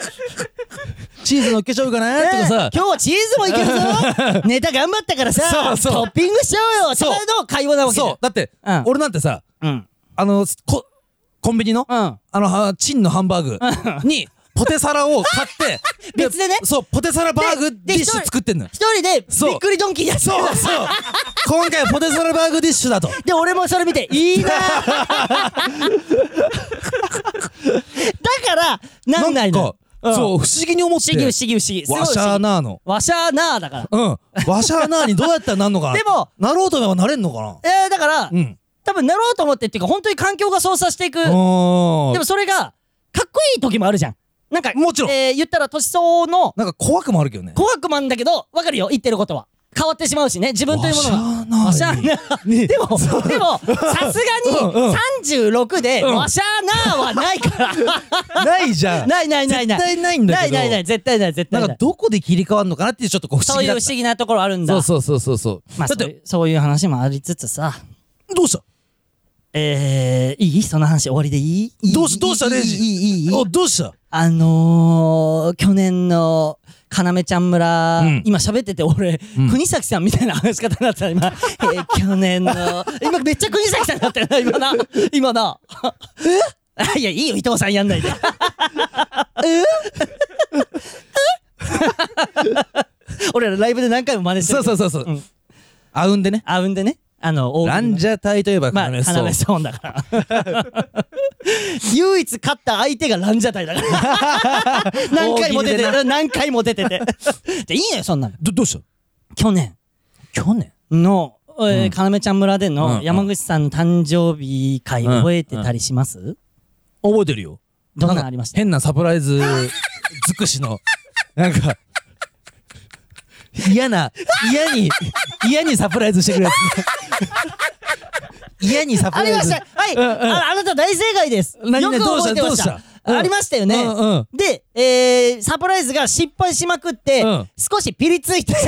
B: チーズのっけちゃうかなとかさ。
A: 今日はチーズもいけるぞネタ頑張ったからさ
B: そうそう
A: トッピングしちゃおうよ
B: そう
A: それの会話なわけだ
B: そう
A: よ。
B: だって
A: うん、
B: 俺なんてさ、
A: うん
B: あの、こコンビニの、
A: うん
B: あの、はチンのハンバーグに、ポテサラを 買って、
A: 別でね
B: そう、ポテサラバーグディッシュ作ってんのよ。
A: 一人で
B: そう
A: びっくりドンキーやって
B: そう
A: る
B: そう。今回はポテサラバーグディッシュだと。
A: で俺もそれ見 ていいなーだからなんないのよ
B: なんかそう、不
A: う
B: 思議に思っ
A: 不思議不思
B: て。
A: 議不思議
B: わしゃーなーの。
A: わしゃーなーだから
B: うん。わしゃーなーにどうやったらなんのかな。
A: でも、
B: なろうと思えばなれんのかな。
A: えー、だから、
B: うん。
A: 多分なろうと思ってっていうか本当に環境が操作していく
B: う
A: でも
B: ーん。
A: それがかっこいい時もあるじゃんなんか
B: もちろん
A: えー、言ったら年相応の
B: なんか怖くもあるけどね。
A: 怖くもあるんだけどわかるよ言ってることは変わってしまうしね自分というものがわ
B: わ
A: し
B: し
A: ゃ
B: ゃ
A: ー
B: ー
A: な
B: な
A: ーでもでもさす
B: うんうん
A: がに36で
B: ん
A: わしゃーなーはないから
B: ないじ ゃん。
A: ないないないない。
B: 絶対ないんだけど
A: ないないない、絶対ない、絶対
B: な
A: なんい。
B: かどこで切り替わるのかなっていうちょっとこう不
A: そ
B: 思
A: う
B: 議
A: いう
B: だっ
A: 不
B: た。
A: 思議なところあるんだ。
B: そうそうそうそうそう。
A: まあ、
B: だ
A: そ
B: っ
A: うい
B: て
A: うそういう話もありつつさ、
B: どうした？
A: えー、いいその話終わりでいいいい
B: どうしどうした
A: いい
B: レイジ
A: いいいいいい
B: おどうした？
A: あのー、去年の、かなめちゃん村、
B: うん
A: 今喋ってて俺、
B: ん
A: 国崎さんみたいな話し方になった 今、えー去年の、今めっちゃ国崎さんになってるな、今な、今な。え いや、いいよ、伊藤さんやんない で。 俺らライブで何回も真似して
B: そ
A: る
B: う
A: けど。
B: そうそうそう。あうんでね。
A: あうんでね、あの、オープ
B: ラ
A: ニング
B: ン
A: の
B: ジャタイといえば
A: まあ、
B: カナ
A: 要
B: メソ
A: ストーンだから。 唯一勝った相手がランジャタイだから。 何回も出て
B: 大喜利
A: て、何回も出て て。でいいのよ、そんなの。
B: どどうした？
A: 去年
B: 去年？
A: の、え
B: う
A: ー
B: ん
A: かなめちゃん村で
B: うんう
A: の
B: ん
A: 山口さんの誕生日会
B: うん
A: 覚えてたりします
B: 覚えてるよ。
A: どんな
B: か
A: のありました
B: 変なサプラ イズ尽くしのなんか嫌な嫌に嫌にサプライズしてくるやつ。 嫌にサ プ
A: あ
B: ラ
A: り
B: イ
A: まし
B: ズ
A: た。はいああなた大正解ですよ
B: 何々
A: く覚えてました
B: どうしたどうしたうん
A: ありましたよね
B: うんうん
A: で、えー、サプライズが失敗しまくって、
B: うん
A: 少しピリつい てで、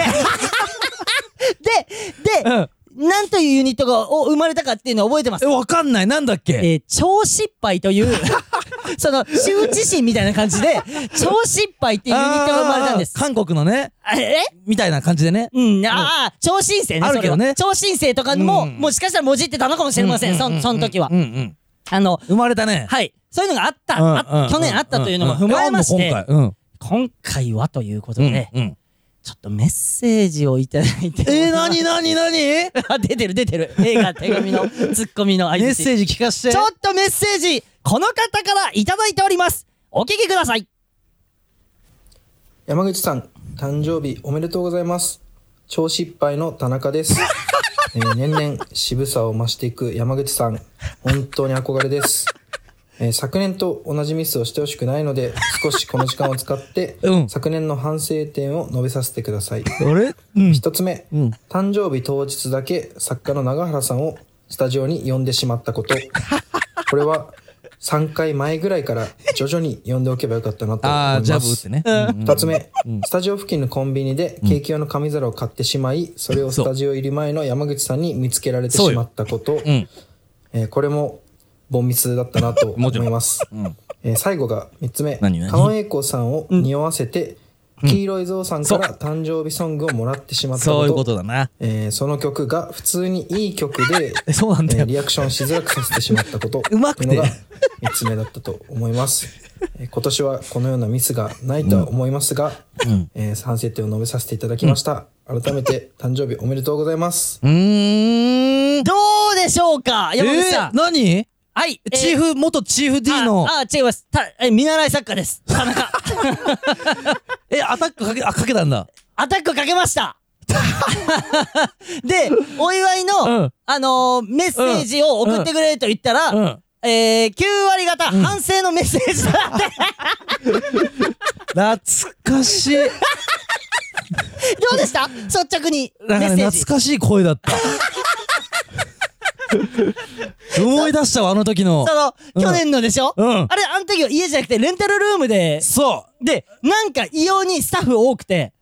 A: で、
B: うん
A: なんというユニットがお生まれたかっていうのを覚えてます
B: え。わかんないなんだっけ？
A: えー超失敗という その羞恥心みたいな感じで超失敗っていうユニットが生まれたんです
B: あー。韓国のね
A: あえ
B: みたいな感じでね。
A: うん、ああ、超新星ね。
B: あるけどね
A: それは超新星とかも、
B: うん
A: もしかしたらもじってたのかもしれません。そん、その時は
B: うん。うん。
A: あの、
B: 生まれたね。
A: はい。そういうのがあった、
B: うん
A: あ
B: うん
A: 去年あったというのも踏まえまし
B: うん
A: て、
B: うんうん
A: 今回はということ
B: 今回。
A: で、
B: うん。うん。
A: ちょっとメッセージをいただいて。
B: えー、なになになにメ
A: あ出てる出てる。映画手紙の ツッコミの相
B: ッセージ聞かして。
A: ちょっとメッセージ、この方からいただいております。お聞きください。
E: 山口さん、誕生日おめでとうございます。超失敗の田中です。 えー年々渋さを増していく山口さん、本当に憧れです。えー昨年と同じミスをしてほしくないので、少しこの時間を使って、
B: うん
E: 昨年の反省点を述べさせてください。
B: あれうん。
E: 一つ目、誕生日当日だけ作家の永原さんをスタジオに呼んでしまっ たこと。これは3回前ぐらいから徐々に呼んでおけばよかったなと思います。
B: あー、ジャブ打ってね。うん
E: 2つ目、スタジオ付近のコンビニでケーキ用の紙皿を買ってしまい、それをスタジオ入り前の山口さんに見つけられて
B: そうよ
E: しまったこと、
B: ん
E: えーこれも凡密だったなと思
B: もちろん
E: います、えー最後が3つ目
B: 何何
E: 川栄子さんを匂わせて、黄色いゾウさんから誕生日ソングをもらってしまった
B: そう
E: こ
B: いう
E: と
B: ことだな。
E: えーその曲が普通にいい曲で
B: えそうなんだよ
E: えーリアクションしづらくさせてしまったこと
B: うまくて
E: というのが3つ目だったと思います、えー今年はこのようなミスがないとは思いますが、えー反省点を述べさせていただきました、改めて誕生日おめでとうございます
B: うーん。
A: どうでしょうか山口さん。
B: えー何
A: はい。えー
B: チーフ、元チーフ D の
A: あ、あ違います。た、え、見習い作家です。田 中。
B: え、アタックかけ、あ、かけたんだ。
A: アタックかけま した。で、お祝いの、
B: うん
A: あのーメッセージを送ってくれと言ったら、
B: うん。
A: えー、9割方反省のメッセージだって、
B: 懐かしい。
A: どうでした率直にメ
B: なんか
A: ッ
B: ね
A: セージ
B: 懐かしい声 だった。思い出したわ、あの時の
A: そ。の、
B: うん
A: 去年のでしょ、
B: うん
A: あれ、あの時は家じゃなくてレンタルルームで、
B: そ
A: で、なんか異様にスタッフ多くて、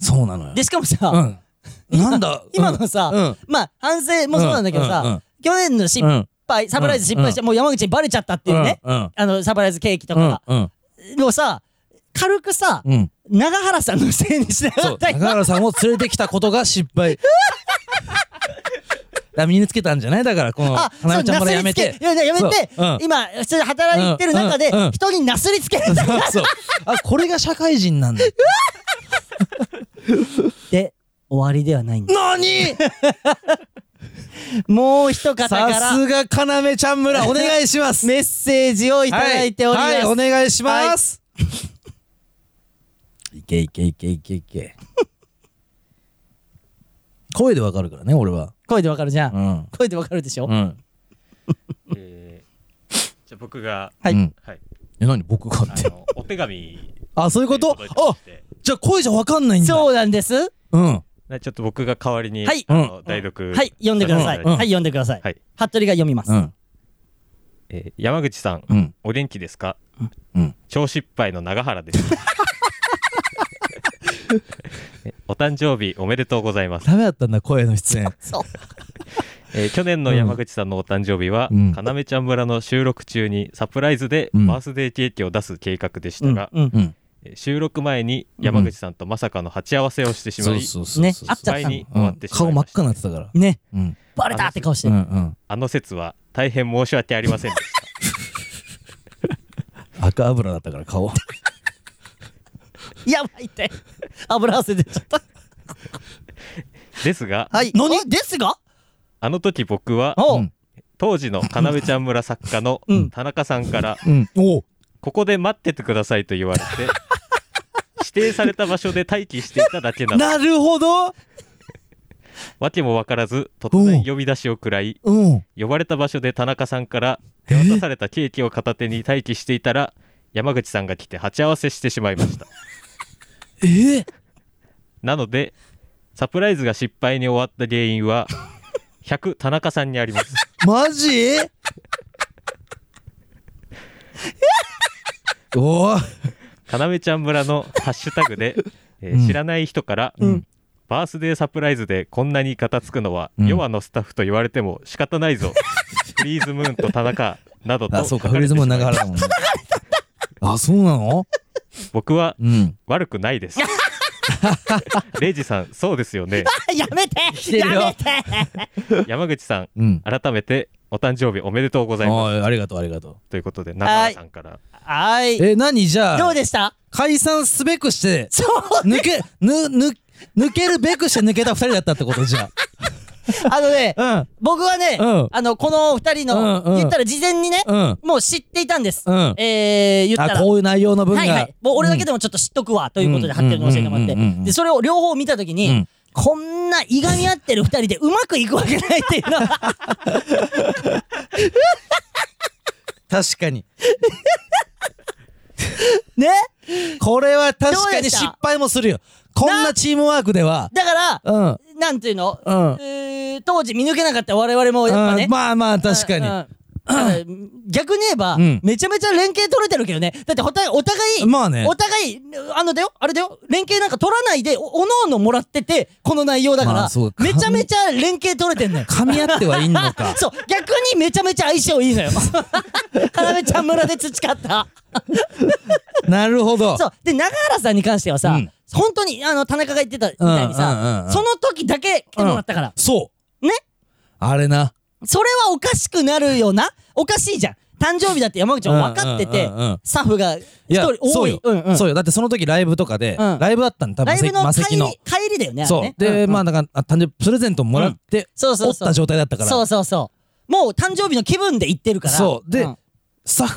B: うそうなのよ。
A: で、しかもさ、
B: うん。なん だ
A: 今のさ、
B: うん
A: まあ、反省もそうなんだけどさ、
B: うんうんうん
A: 去年の失敗、サプライズ失敗して、もう山口にバレちゃったっていうね、
B: うんうん
A: あの、サプライズケーキと
B: うん
A: か
B: うん
A: をさ、軽くさ、
B: うん。
A: 長原さんのせいにしな
B: そ
A: か
B: う。
A: った
B: 中原さんを連れてきたことが失敗。だ から身につけたんじゃないだから、この、
A: あ、そう、
B: 花
A: な
B: 江ちゃんからやめ
A: すり
B: て
A: つ。け、ややめて、
B: そううん
A: 今、普通に働いてる中で
B: うんうんうん、
A: 人になすりつける
B: そう。あ、これが社会人なんだ。
A: で、終わりではないんだ。
B: 何
A: もう一方か
B: さ
A: ら、
B: すが、かなめちゃん村、お願いします。
A: メッセージをいただいております。
B: はい、はいお願いします。いけいけいけいけいけ。声でわかるからね、俺は。
A: 声でわかるじゃん。
B: ん。
A: 声でわかるでしょ、
B: うん。
C: えーじゃあ僕が、
A: はい
B: うん
C: はい、
B: え、何僕がっ
C: あ
B: て。
C: のお手紙
B: あ、そういうこと あ
C: 届いてまして
B: じゃあ声じゃわかんないんだ。
A: そうなんです。
B: うん。
C: なちょっと僕が代わりに、
A: はい
C: あの代読、
A: はい、読んでください。
C: うん
A: はい、読んでください。
C: はい
A: 服部が読みます。
B: うん。
C: えー山口さん、
B: うん。
C: お元気ですか、
B: うん
C: 超失敗の長原ですえお誕生日おめでとうございます、
B: ダメだったんだ、声の出演。
A: そう。
C: えー去年の山口さんのお誕生日は、
B: うん
C: かなめちゃん村の収録中にサプライズで
B: うん
C: バースデーケーキを出す計画でしたが、
A: うん。
B: うん。
C: えー収録前に山口さんとまさかの鉢合わせをしてしまい、
B: う
A: ねあっちゃっ
C: 倍
A: たの
C: に終わってしま
B: 顔
C: いました
B: 真っ赤になってたから。
A: ね、
B: うん。
A: バレたって顔して
B: う
A: る。
B: んうん。
C: あの説は大変申し訳ありませんでした。
B: 赤油だったから顔。
A: やばいって。油汗出ちゃった。
C: で すが、
A: はい。何です が
C: あの時僕は
A: おう
B: うん
C: 当時のかなめちゃん村作家の
A: うん
C: 田中さんから、
B: うん。おう
C: ここで待っててくださいと言われて、 指定された場所で待機していただけなの。
B: なるほど
C: わけもわからず、突然呼び出しを食らい、
B: うん。
C: 呼ばれた場所で田中さんから手渡されたケーキを片手に待機していたら、山口さんが来て鉢合わせしてしまいました。
B: ええ
C: なので、サプライズが失敗に終わった原 因は、100田中さんにあります。
B: マ ジおお
C: かなめちゃん村のハッシュタグ で、えー
B: うん
C: 知らない人から、
A: ん
C: バースデーサプライズでこんなに片付くのは、
B: うん
C: ヨアのスタッフと言われても仕方 ないぞフリーズムーンと田中などと
B: あ、そうか、
C: 書
B: フ
C: か
B: リー
C: れて
B: ズ
C: し
B: も
C: まい
B: 長原だもんね。あ、そうなの
C: 僕は
B: うん。
C: 悪くないです レイジさんそうですよね
A: あやめて
B: て
A: や
B: るよ
A: めて
C: 山口さん
B: うん。
C: 改めてお誕生日おめでとうございま
B: おいありがとう、ありがと
C: すということで長原さんから
A: は
B: う。
A: ーい。
B: え、何じゃあ、
A: どうでした
B: 解散すべくして、
A: そう
B: 抜け、ぬ、ぬ、抜けるべくして抜けた二人だったってことじゃ
A: あのね、
B: あ。
A: 僕はね、
B: うん
A: あの、この二人の、
B: うんうん
A: 言ったら事前にね、
B: うん。うん。
A: もう知っていたんです。
B: うん。
A: えー、言ったら。
B: あ、こういう内容の文が。
A: はいはい。もう俺だけでもちょっと知っとくわ、ということで貼ってるの教えてもらっ
B: うんうんうんうんう
A: て。
B: ん
A: で、それを両方見たときに、
B: うん
A: こんないがみ合ってる二人でうまくいくわけないっていうの は、
B: 確かに。
A: ね
B: これは確
A: どう
B: か
A: で
B: に
A: した
B: 失敗もするよ。こんなチームワークでは。
A: だから、
B: うん。
A: なんていうの、
B: うん
A: えー当時見抜けなかった我々もやっぱね。
B: うんまあまあ、確かに。
A: うんうん逆に言えば、
B: うん
A: めちゃめちゃ連携取れてるけどね。だってほたお互い、
B: まあね
A: お互い、あのだよ、あれだよ、連携なんか取らないで、おおのおのもらってて、この内容だから、
B: まあそうか
A: めちゃめちゃ連携取れてんのよ。。
B: 噛み合ってはいんのか
A: そう、逆にめちゃめちゃ相性いいの よ。花芽ちゃん村で培った。
B: なるほど。
A: そう。で、長原さんに関してはさ、
B: うん
A: 本当に、あの、田中が言ってたみたいに
B: うんうんうん
A: さ
B: う、ん
A: その時だけ来てもらったから。
B: そう。
A: ね
B: あれな。
A: それはおかしくなるよな。おかしいじゃん。誕生日だって山口は分かってて
B: うんうんうんうん、
A: スタッフが一
B: いや
A: 人、多
B: そう
A: い
B: よ。。
A: うんうん
B: そうよ。だってその時ライブとかで、
A: うん
B: ライブだったんだ、多
A: ラ
B: 分
A: イブの
B: マセ
A: 帰
B: キ
A: り
B: の。、
A: 帰りだよね。あ
B: そ
A: れね
B: う。で、まあ、なんか、あ誕生日プレゼントもらって、
A: そうそうそう
B: おった状態だったから。
A: そうそうそう。もう誕生日の気分で行ってるから。
B: そうで
A: ん
B: スタッ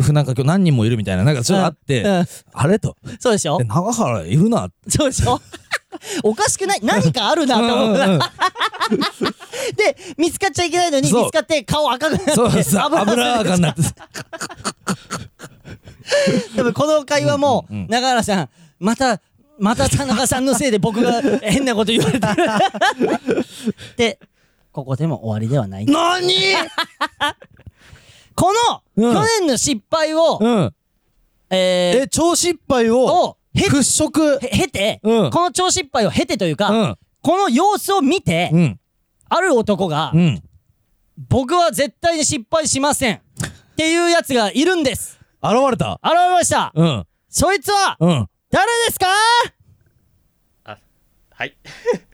B: フ、なんか今日何人もいるみたいな、なんかちょっとあって、
A: うんうん
B: あれと。
A: そうでしょ
B: で長原いるな。
A: そうでし ょおかしくない何かあるなと思う。
B: うんうんうん
A: で、見つかっちゃいけないのに、
B: そう
A: 見つか って顔赤くなって、
B: そうそう、油
A: 汗出
B: がになって。
A: ちゃう分この会話も、中原さん、また、また田中さんのせいで僕が変なこと言われてる。 で、ここでも終わりではない。
B: なに
A: この、
B: うん
A: 去年の失敗を、
B: うん。
A: えー
B: え、超失敗を、
A: を、へ、
B: 払拭。
A: へ、経て、
B: うん
A: この超失敗を経てというか、
B: うん。
A: この様子を見て、
B: うん。
A: ある男が、
B: うん。
A: 僕は絶対に失敗しません。っていうやつがいるんです。
B: 現れた。
A: 現れました。
B: うん。
A: そいつは、
B: うん。
A: 誰ですか
C: あはい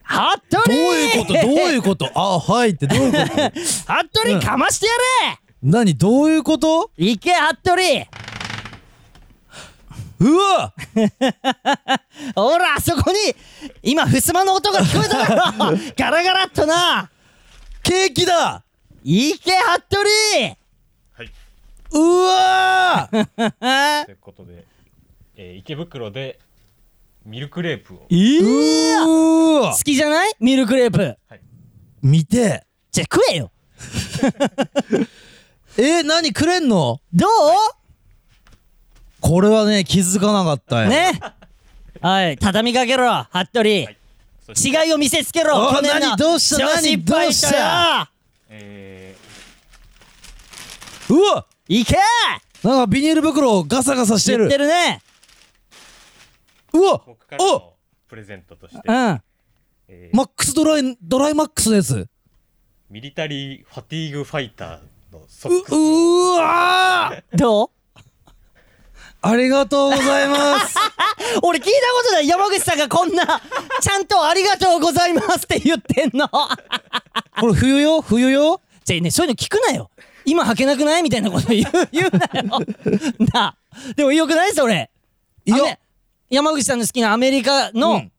A: 服部
B: どういう ことどういうことあ、はいってどういうこと
A: 服部かましてやれ、
B: 何どういうこと
A: 行け服部
B: うわ
A: ほらあそこに今襖の音が聞こえ ただろガラガラっとな
B: ケーキだ
A: 行け服部
C: はいう
B: わー
C: ということで、えー池袋でミルクレープを
A: え
B: う わ
A: 好きじゃないミルクレープ
B: 見て
A: じゃあ食えよ
B: えー、何くれんの
A: ど
B: これはね、気づかなかった
A: う
B: よ。。
A: ねはい畳みかけろ服部、
C: そして、
A: 違いを見せつけろ
B: お
A: 去年の
B: 何どうした
A: 超
B: 何
A: 失敗し
B: どうした
A: た
C: え
B: うわ
A: 行け
B: なんかビニール袋をガサガサして
A: 言
B: る
A: っ。てるね
B: うわ
C: ー僕から
B: お
C: のプレゼントとして、
A: うん
C: えー
B: マックスドライ、ドライマックスのやつ。
C: ミリタリーファティーグファイターのソ
B: う、
C: ックスを
B: うーわー
A: どう
B: ありがとうござい ます。
A: 俺聞いたことない山口さんがこんな、ちゃんとありがとうございますって言ってんの。
B: これ冬よ冬よ
A: じゃあね、そういうの聞くなよ。今履けなくないみたいなこと言う、 言うなよ。なあ。でもよくないそれ。
B: いや
A: あめ山口さんの好きなアメリカ
B: う
A: の
B: ん、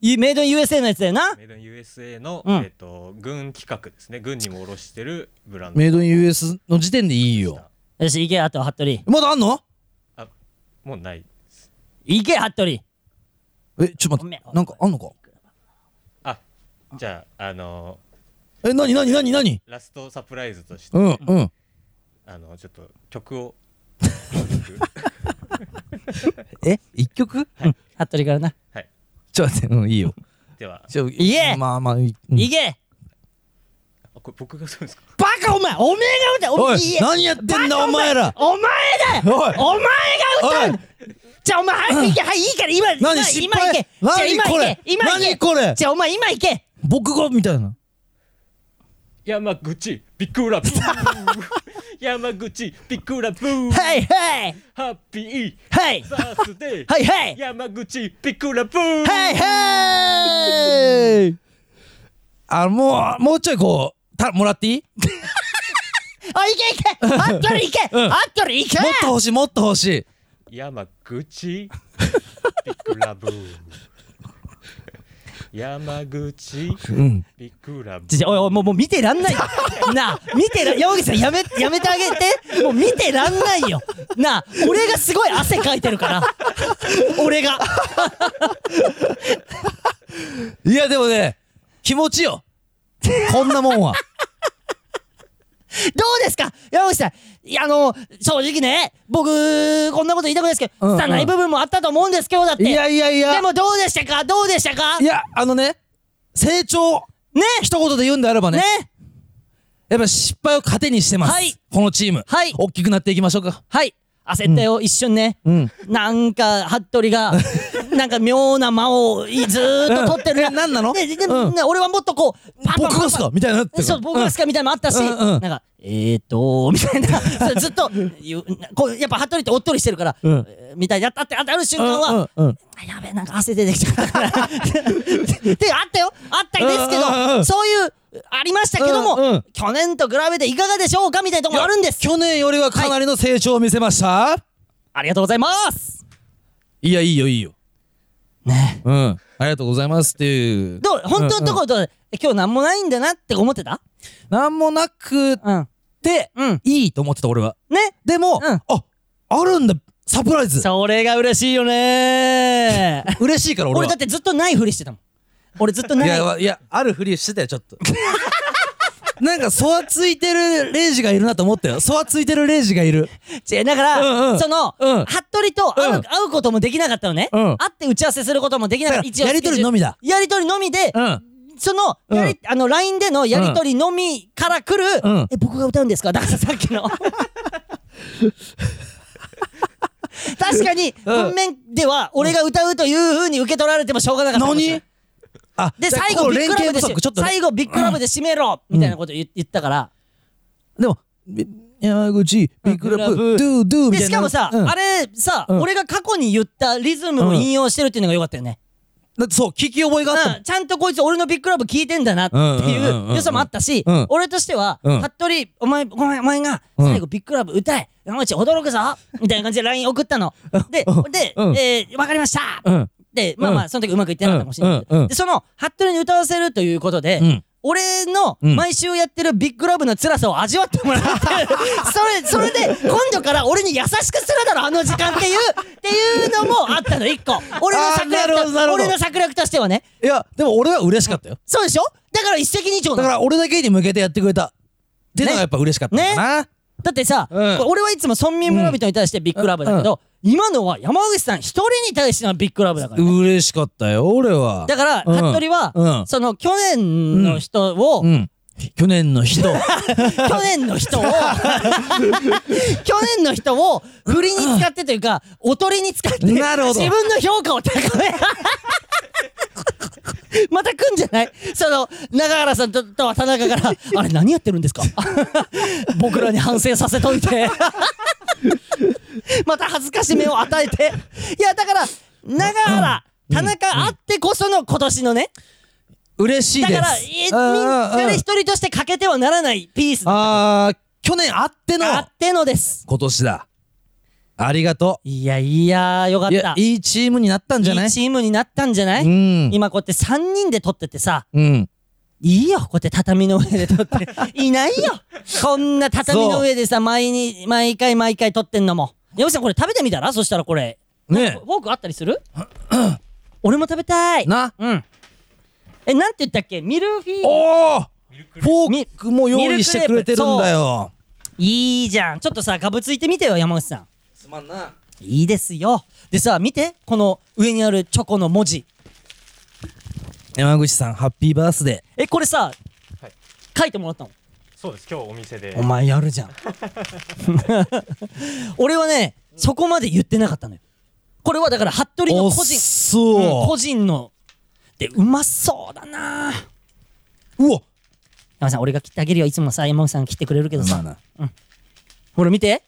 A: ゆメイドイン USA のやつだよな。
C: メイドイン USA の、
A: うん
C: えっと軍企画ですね軍にも卸してるブランド
B: メイドイン US の時点でいいよ。
A: よし、行け、あと、服部。
B: まだあんの
C: あもうない
A: 行け、服部。
B: え、ちょ
A: ご
B: っと待
A: め
B: っ
A: ん
B: て、なんかあんのか
C: あじゃああの
B: え、なになになになに
C: ーラストサプライズとして、
B: うん、うん。
C: あのちょっと曲を
B: え、一曲
A: うん服部からな。
C: はい
B: ちょっと待って、うん、いいよ。
C: では
B: ちょ、
A: いえ
B: まあまあ、いうん
A: 行け
C: あこれ僕がそうですか
A: バカお前おめえが歌えお
B: お
A: 前
B: い
A: いいえ
B: 何やってんだお前ら
A: お前だよ
B: おい
A: お前が歌う
B: おい
A: じゃあお前早く行け、はい、いいから今、今
B: 何失
A: 今行
B: 敗
A: けじゃあ今
B: 何こ
A: 行
B: れ
A: け今行け
B: 何これ
A: じゃあお前今行け
B: 僕がみたいな。
C: 山口ビッグラブー山口ビッグラブ ー
A: はいはい
C: ハッピ
A: はい
C: ーバースデー
A: はいはい
C: 山口ビッグラブー
A: はいはい
B: あ、もう、もうちょいこう、た、もらっていい
A: あ、行け行けあっとり行けあっとり行け
B: もっと欲しい、もっと欲しい。
C: 山口ビッグラブー山口
B: うん。
C: ビッグラブ
A: ちょちょおいおいもうもう見てらん ないよなあ見てら山口さんやめやめてあげてもう見てらんないよなあ俺がすごい汗かいてるから 俺が
B: いや、でもね、気持ちよ。こんなも んは。
A: どうですか山口さん。いや、あの、正直ね、僕、こんなこと言いたくないですけ
B: うん
A: ど、
B: うん
A: 拙い部分もあったと思うんですけど、だって。
B: いやいやいや
A: で。もどうでしたかどうでしたか
B: い
A: ね
B: や、あのね、成長、一言で言うんであればね、
A: ね
B: やっぱ失敗を糧にしてます。
A: はい
B: このチーム。
A: はい
B: 大きくなっていきましょうか。
A: はい。焦ったよ、一瞬ね。
B: ん
A: なんか、服部が、なんか妙な間をいずーっと取ってる。
B: え何なの
A: でで
B: うん
A: ね俺はもっとこう、パパパパ
B: 僕がすかみたいになってる
A: そう、僕がすかみたいなのもあったし、
B: うんうんうん
A: なんか、えーとー、みたい な、そうずっと、言うこうやっぱ、服部っておっとりしてるから、
B: うん
A: えーみたいな、やったって、あある瞬
B: うん
A: 間は、
B: うんうん。
A: あやべえ、なんか汗出てきちゃったから。 って、あったよあったんですけ
B: うんうんう
A: ど、
B: ん
A: そういう、ありましたけども、
B: うんうん
A: 去年と比べていかがでしょうかみたいなところあるんです。
B: 去年よりはかなりの成長を見せました、
A: ありがとうございます
B: い、やいいよいいよ
A: ね
B: うんありがとうございますっていう
A: どう本当のところどう、今日なんもないんだなって思ってた
B: なんもなく
A: うん。
B: て、
A: うん
B: いいと思ってた俺は
A: ね
B: でも、
A: うん
B: ああるんだサプライズ
A: それが嬉しいよね
B: 嬉しいから俺は
A: 俺だってずっとないふりしてたもん。俺ずっとないい。
B: やいやあるふりしてたよちょっとなんか、そわついてるレイジがいるなと思ったよ。そわついてるレイジがいる。
A: 違うだから、
B: うんうん
A: その、
B: うん
A: 服部と会う,、
B: うん
A: 会うこともできなかったのね、
B: うん
A: 会って打ち合わせすることもできなかった
B: だから
A: 一応
B: やりとりのみだ
A: やりとりのみで、
B: うん。
A: その、やりあの LINE でのやりとりのみから来る、
B: うん
A: え僕が歌うんですかだ からさっきの確かに
B: うん
A: 文面では俺が歌うというふうに受け取られてもしょうがなかったかもしれない
B: 何あ、
A: で
B: だから
A: 最
B: こ
A: 後
B: う
A: ビッグ
B: 連
A: ラブ
B: 携
A: で
B: 不
A: し
B: 足。ちょっとね、
A: 最後ビッグラブで締めろみたいなこと言言ったから、
B: でも、び山口、ビッグラブ、ドゥドゥみ
A: で
B: たいな。
A: しかもさ、
B: うん
A: あれさ、
B: うん
A: 俺が過去に言ったリズムを引用してるっていうのが良かったよね、
B: だってそう、聞き覚えがあったも
A: うんちゃんとこいつ俺のビッグラブ聞いてんだなってい
B: うんうんうんうんう
A: うん良さもあったし、
B: うん
A: 俺としては、
B: うん
A: 服部、お前、ごめん、お前が
B: うん
A: 最後ビッグラブ歌え、山口驚くぞみたいな感じで LINE 送ったの。で、で、
B: うん
A: えーわかりました
B: ん。うん。
A: で、まあまあ、その時うまくいってなかったかもしれないけ
B: うんうん
A: ど。
B: うん
A: で、その、服部に歌わせるということで、
B: うん
A: 俺の
B: うん
A: 毎週やってるビッグラブの辛さを味わってもら って、それ、それで、今度から俺に優しくするだろ、あの時間っていう、っていうのもあったの、一個。俺の策
B: あーなるほ
A: 略
B: どなる
A: と、
B: ほど
A: 俺の策略としてはね。
B: いや、でも俺は嬉しかったよ。
A: そうでしょだから一石二鳥な
B: だか
A: の
B: ら俺だけに向けてやってくれた。っていうのがやっぱ嬉しかったかな。
A: だってさ、
B: うん
A: これ俺はいつも村民村人に対してビッグラブだけど、今のは山口さん一人に対してのビッグラブだからね、
B: 嬉しかったよ、俺は。
A: だから、
B: うん
A: 服部は、
B: うん
A: その去年の人を、
B: うん。去年の人。
A: 去年の人を 去年の人を振りに使ってというか、おとりに使って
B: なるほど
A: 自分の評価を高め また来んじゃないその永原さんととは田中から「あれ何やってるんですか? 」 僕らに反省させといて また恥ずかしめを与えていやだから永原田中あってこその今年のね
B: 嬉しい
A: だ
B: です。
A: からえみんなで一人として欠けてはならないピース
B: あー、去年あっての
A: あってのです。
B: 今年だ。ありがと
A: いやいや、よかっ
B: う。いや
A: た、。い
B: いいチームになったんじゃない
A: いチームになったんじゃない、
B: うん。
A: 今こうやって3人で撮っててさ、
B: うん。
A: いいよ、こうやって畳の上で撮って。 いないよこんな畳の上でさ、毎に、毎回毎回撮ってんのも。山口さんこれ食べてみたらそしたらこれ。
B: ね
A: フォークあったりす る俺も食べたい
B: え。な。
A: うん。え、なんて言ったっけミルフィーユ。
B: おーフォークも用意してくれてるんだよ。
A: いいじゃん。ちょっとさ、かぶついてみてよ、山口さん。
B: すまんな。
A: いいですよ。でさ、見て。この上にあるチョコの文字。
B: 山口さん、ハッピーバースデ
A: え、これさ、
C: はい
A: 書いてもらったの
C: そうです今日お店で
A: お前やるじゃん。俺はね、そこまで言ってなかったのよ。これはだから、服部
B: ー。
A: の
B: おっ
A: 個人、うん
B: そ
A: 個人の、で、うまそうだなぁ。
B: う。うわ
A: 山本さん、俺が切ってあげるよ。いつもさ、山本さん切ってくれるけど
B: まあ
A: さ。
B: な。
A: ほら見て。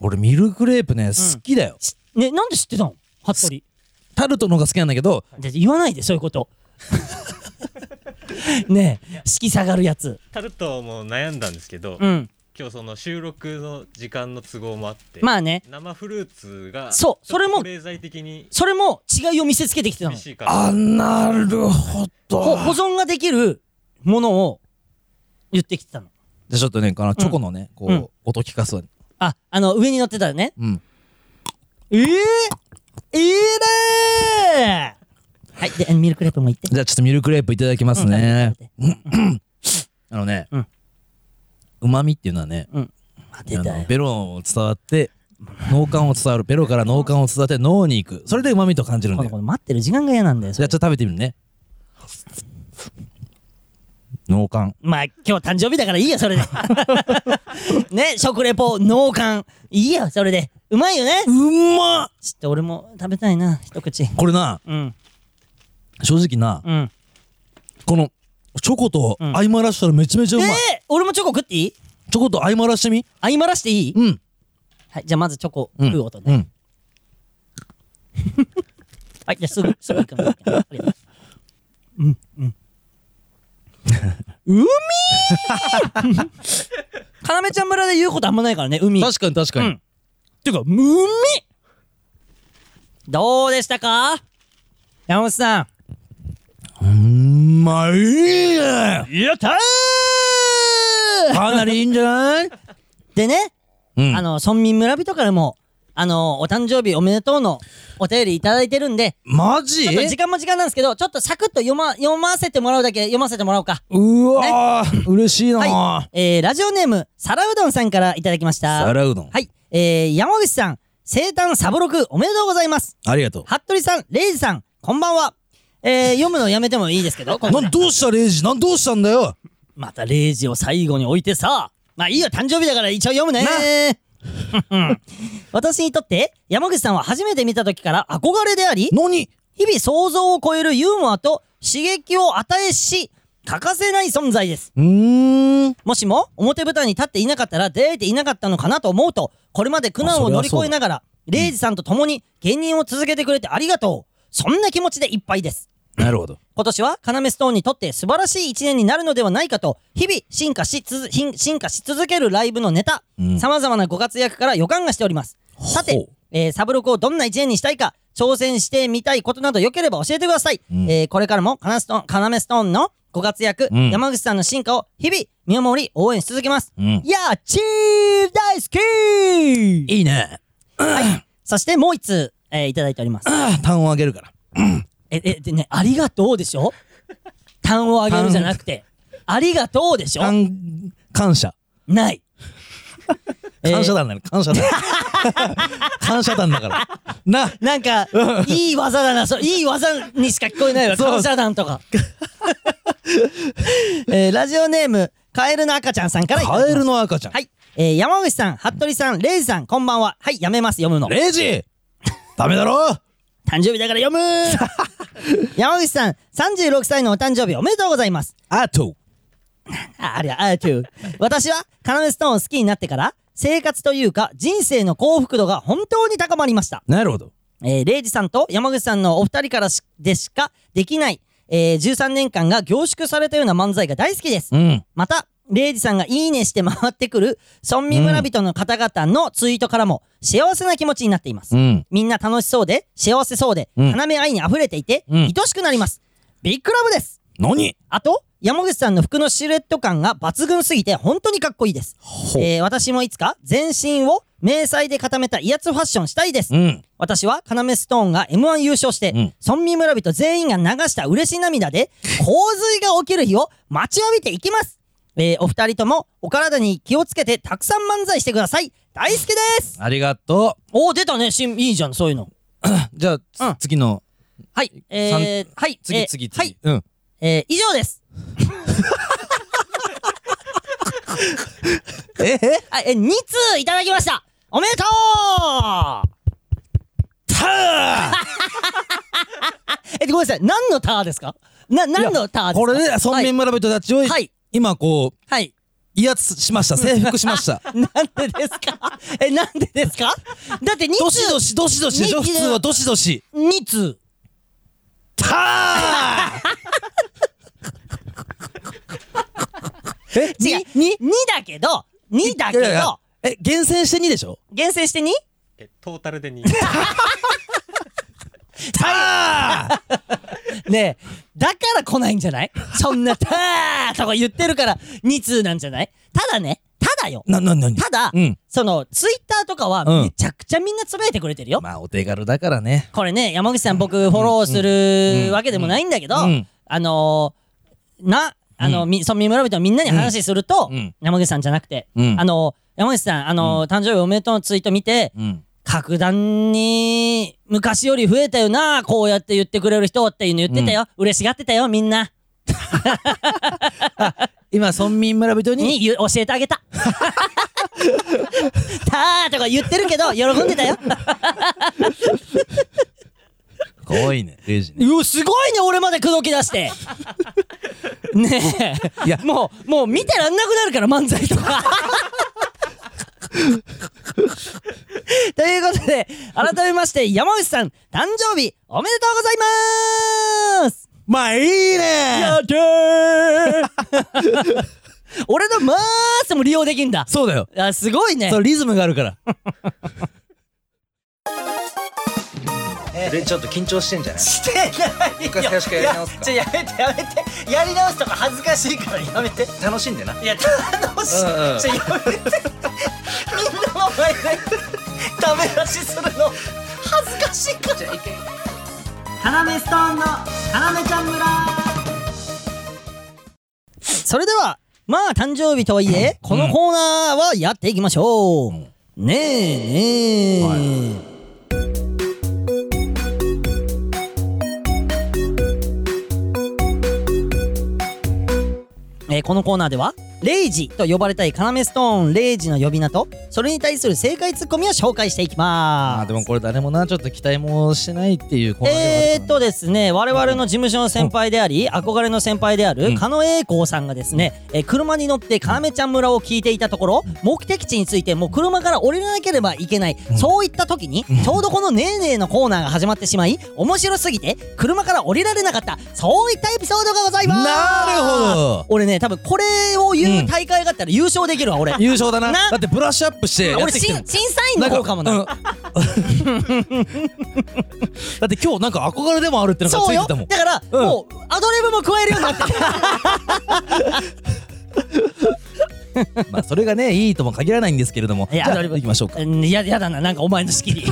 B: 俺、ミルクレープね、好きだよ。
A: しね、なんで知ってたの服部。
B: タルトの方が好きなんだけど、
A: で言わないで、そういう こと。ねえ、引き下がるやつ。
C: タルトも悩んだんですけど、
A: うん。
C: 今日その収録の時間の都合もあって
A: まあね、
C: 生フルーツが
A: そうそれも
C: 経済的に
A: それも違いを見せつけてきてたの
C: 厳。しいから
B: あ、なるほ
A: ほ
B: ど。
A: 保存ができるものを言ってきてたの。
B: で、ちょっとね、このチョコのね、こ
A: うん
B: う、音聞かすわ
A: あ、あの、上に乗ってたよね。
B: うん。
A: ええええねーはい、で、ミルクレープもいって。
B: じゃあ、ちょっとミルクレープいただきますね。あのね
A: うん、
B: うまみっていうのはね、
A: あ
B: あ
A: 出た
B: の
A: よ。
B: ベロを伝わって、脳幹を伝わる。ベロから脳幹を伝わって脳に行く。それでうまみと感じるん
A: こ
B: だ
A: の
B: よ。じ
A: 子
B: ゃ
A: 待ってる時間が嫌なんだよ。
B: あ、ちょっと食べてみるね。脳幹。
A: まあ、今日誕生日だからいいよ、 それで。ね、食レポ、脳幹。いいよ、それで。うまいよね。
B: うまっ
A: ちょっと俺も食べたいな、一口。
B: これな、
A: うん、
B: 正直な、
A: うん。
B: この、チョコと
A: うん
B: 合間らしたらめちゃめち
A: え
B: ゃうまい。
A: ー、俺もチョコ食っていい
B: チョコと合間らしてみ
A: 合いまらしていい
B: うん。
A: はい、じゃあまずチョコ
B: うん
A: 食う音ね。
B: うん。
A: はい、じゃあすぐ、すぐ行くんだけど。ありがとう。うん、 うん。 海かなめちゃん村で言うことあんまないからね、海。
B: 確かに確か
A: う
B: に
A: ん。ていうか、海どうでしたか山本さん。
B: うまいね
A: やったー
B: かなりいいんじゃない
A: でね、
B: うん
A: あの、村民村人からも、あの、お誕生日おめでとうのお便りいただいてるんで、
B: マジ
A: ちょっと時間も時間なんですけど、ちょっとサクッと読ま、読ませてもらうだけ読ませてもらおうか。
B: うわー、嬉しいな
A: は
B: ー。
A: い。えー、ラジオネーム、皿うどんさんからいただきました。
B: 皿うどん
A: はい。えー、山口さん、生誕サブロクおめでとうございます。
B: ありがと
A: 服部さん、レイジさん、こんばんは。えー、読むのやめてもいいですけど、
B: う。
A: 今
B: な
A: 回
B: ん、どうしたレイジなん、どうしたんだよ。
A: またレイジを最後に置いてさ。まあいいよ、誕生日だから一応読むね。 私にとって、山口さんは初めて見た時から憧れであり、
B: 何
A: 日々想像を超えるユーモアと刺激を与えし、欠かせない存在です。
B: うーん。
A: もしも表舞台に立っていなかったら出会えていなかったのかなと思うと、これまで苦難を乗り越えながら、レイジさんと共に芸人を続けてくれてありがとう。そんな気持ちでいっぱいです。
B: なるほど。
A: 今年は、要ストーンにとって素晴らしい一年になるのではないかと、日々進化しつづ、ひん進化し続けるライブのネタ、様々なご活躍から予感がしております。さ
B: ほ
A: て
B: う、
A: えーサブロクをどんな一年にしたいか、挑戦してみたいことなど良ければ教えてください。えーこれからも、要ストーン、要ストーンのご活躍、
B: ん
A: 山口さんの進化を日々見守り、応援し続けます。
B: ん
A: いやー、チー大好き
B: いいね。
A: そしてもう一通、えーいただいております。
B: あ単音あげるから。
A: え、え、でね、ありがとうでしょ単をあげるじゃなくて、ありがとうでしょ
B: 単、感謝。
A: ない。
B: 感謝団だね。感 謝団。感謝団だから。
A: え
B: な。
A: ーなんか、いい技だな、そう、いい技にしか聞こえないわ、
B: そう
A: 感謝団とか。 えーラジオネーム、カエルの赤ちゃんさんからいただきま
B: カ
A: す
B: エルの赤ちゃん。
A: はい。えー山口さん、服部さん、レイジさん、こんばんは。はい、やめます、読むの。
B: レイジダメだろ
A: 誕生日だから読む 山口さん、36歳のお誕生日おめでとうございます。
B: あと。
A: あありゃ、あと。私は、カナメストーンを好きになってから、生活というか、人生の幸福度が本当に高まりました。
B: なるほど。
A: えー、レイジさんと山口さんのお二人からしでしかできない、えー、13年間が凝縮されたような漫才が大好きです。
B: うん。
A: また、レイジさんがいいねして回ってくる、村民村人の方々のツイートからも、幸せな気持ちになっています。
B: うん。
A: みんな楽しそうで、幸せそうで、
B: うん
A: 要愛に溢れていて、
B: うん
A: 愛しくなります。ビッグラブです
B: 何
A: あと、山口さんの服のシルエット感が抜群すぎて本当にかっこいいです。
B: う
A: えー私もいつか全身を迷彩で固めた威圧ファッションしたいです。
B: ん。
A: 私は、カナメストーンが M1 優勝して、
B: ん
A: 村民村人全員が流した嬉し涙 で、洪水が起きる日を待ちわびていきます。えーお二人ともお体に気をつけてたくさん漫才してください。大好きです
B: ありがと
A: おー、出たね。しんいいじゃん、そういうの。
B: う。じゃあ、
A: うん
B: つ次の、
A: はい。えー、はい。え
B: 次
A: ー
B: 次次。
A: はい。
B: うん。
A: えー以上です。
B: え
A: あ、え、2通いただきましたおめでとう
B: た
A: え、ごめんなさい。何のターですかな、何のターですか
B: ーこれで、村民村人たちを
A: はいはい、
B: 今こう、
A: はい。
B: 威圧しました。征服しました。
A: なんでですかえ、なんでですかだって2
B: どし
A: 通、
B: どし、どしどしでしょ
A: に
B: 普通はどしどし。
A: 2通。
B: たーえ
A: 違う。2、2だけど、2だけ
B: いやいや
A: ど、
B: え、厳選して2でしょ
A: 厳選して 2?
C: えトータルで2
B: たー
A: ねえ、だから来ないんじゃないそんなターとか言ってるから2通なんじゃないただね、ただよ。
B: な、な、なに
A: ただ、
B: うん
A: その、ツイッターとかは
B: うん
A: めちゃくちゃみんなつぶやいてくれてるよ。
B: まあ、お手軽だからね。
A: これね、山口さん僕フォローするわけでもないんだけど、
B: うん
A: あのー、な、あの、み、村民村人みんなに話すると、
B: うんうん
A: 山口さんじゃなくて、
B: うん
A: あのー、山口さん、あのー、誕生日おめでとうのツイート見て、
B: うん。
A: 格段に昔より増えたよな、こうやって言ってくれる人っていうの言ってたよ。嬉しがってたよ、みんな。
B: 今、村民村人に、
A: に言う教えてあげた。 たーとか言ってるけど、喜んでたよ。
B: かわいいね、レイジね。
A: うわすごいね俺まで口説き出して ねえ
B: いや
A: もうもう見てらんなくなるから漫才とかということで改めまして山内さん誕生日おめでとうございます
B: まあ、いいね
A: ったー 俺の「まーす」も利用できんだ
B: そうだよ。
A: あすごいね
B: そう、リズムがあるから。 え、ちょっと緊張してんじゃない
A: してないよ
E: 回最初からやり直す
A: いや
E: か
A: ちょやめてやめてやり直すとか恥ずかしいからやめて
E: 楽しんでな。
A: いや楽しい、
E: うんうん
A: ちょやめてみんなの前でダメ出しするの恥ずかしいからカナメストーンのカナメちゃん村それではまあ誕生日とはいえ、このコーナーはやっていきましょう、ねえねえ、えーこのコーナーでは「レイジ」と呼ばれたい要ストーンレイジの呼び名とそれに対する正解ツッコミを紹介していき
B: ま
A: ま
B: あ
A: す
B: でもこれ誰もなちょっと期待もしてないっていうコーナーではある
A: えー、
B: から
A: っとですね我々の事務所の先輩であり憧れの先輩であ
B: う
A: る
B: ん
A: 狩野英孝さんがですね、えー車に乗って要ちゃん村を聞いていたところ目的地についてもう車から降りなければいけないそういった時にちょうどこの「ねえねえ」のコーナーが始まってしまい面白すぎて車から降りられなかったそういったエピソードがございます
B: なるほど
A: 俺ね多分これを言う大会があったら優勝できるわ俺、
B: 優勝だな
A: な
B: だってブラッシュアップしてやっ
A: 俺
B: てきて
A: 審
B: る
A: 審査員の方かもな
B: うん だって今日なんか憧れでもあるってのがつ
A: そう
B: い
A: よ
B: てた もん
A: だから、
B: うん
A: もうアドリブも加えるようになってる
B: まあそれがねいいとも限らないんですけれども
A: いや
B: じゃあ
A: アドリブ
B: 行きましょうか
A: うんいややだななんかお前の仕 切り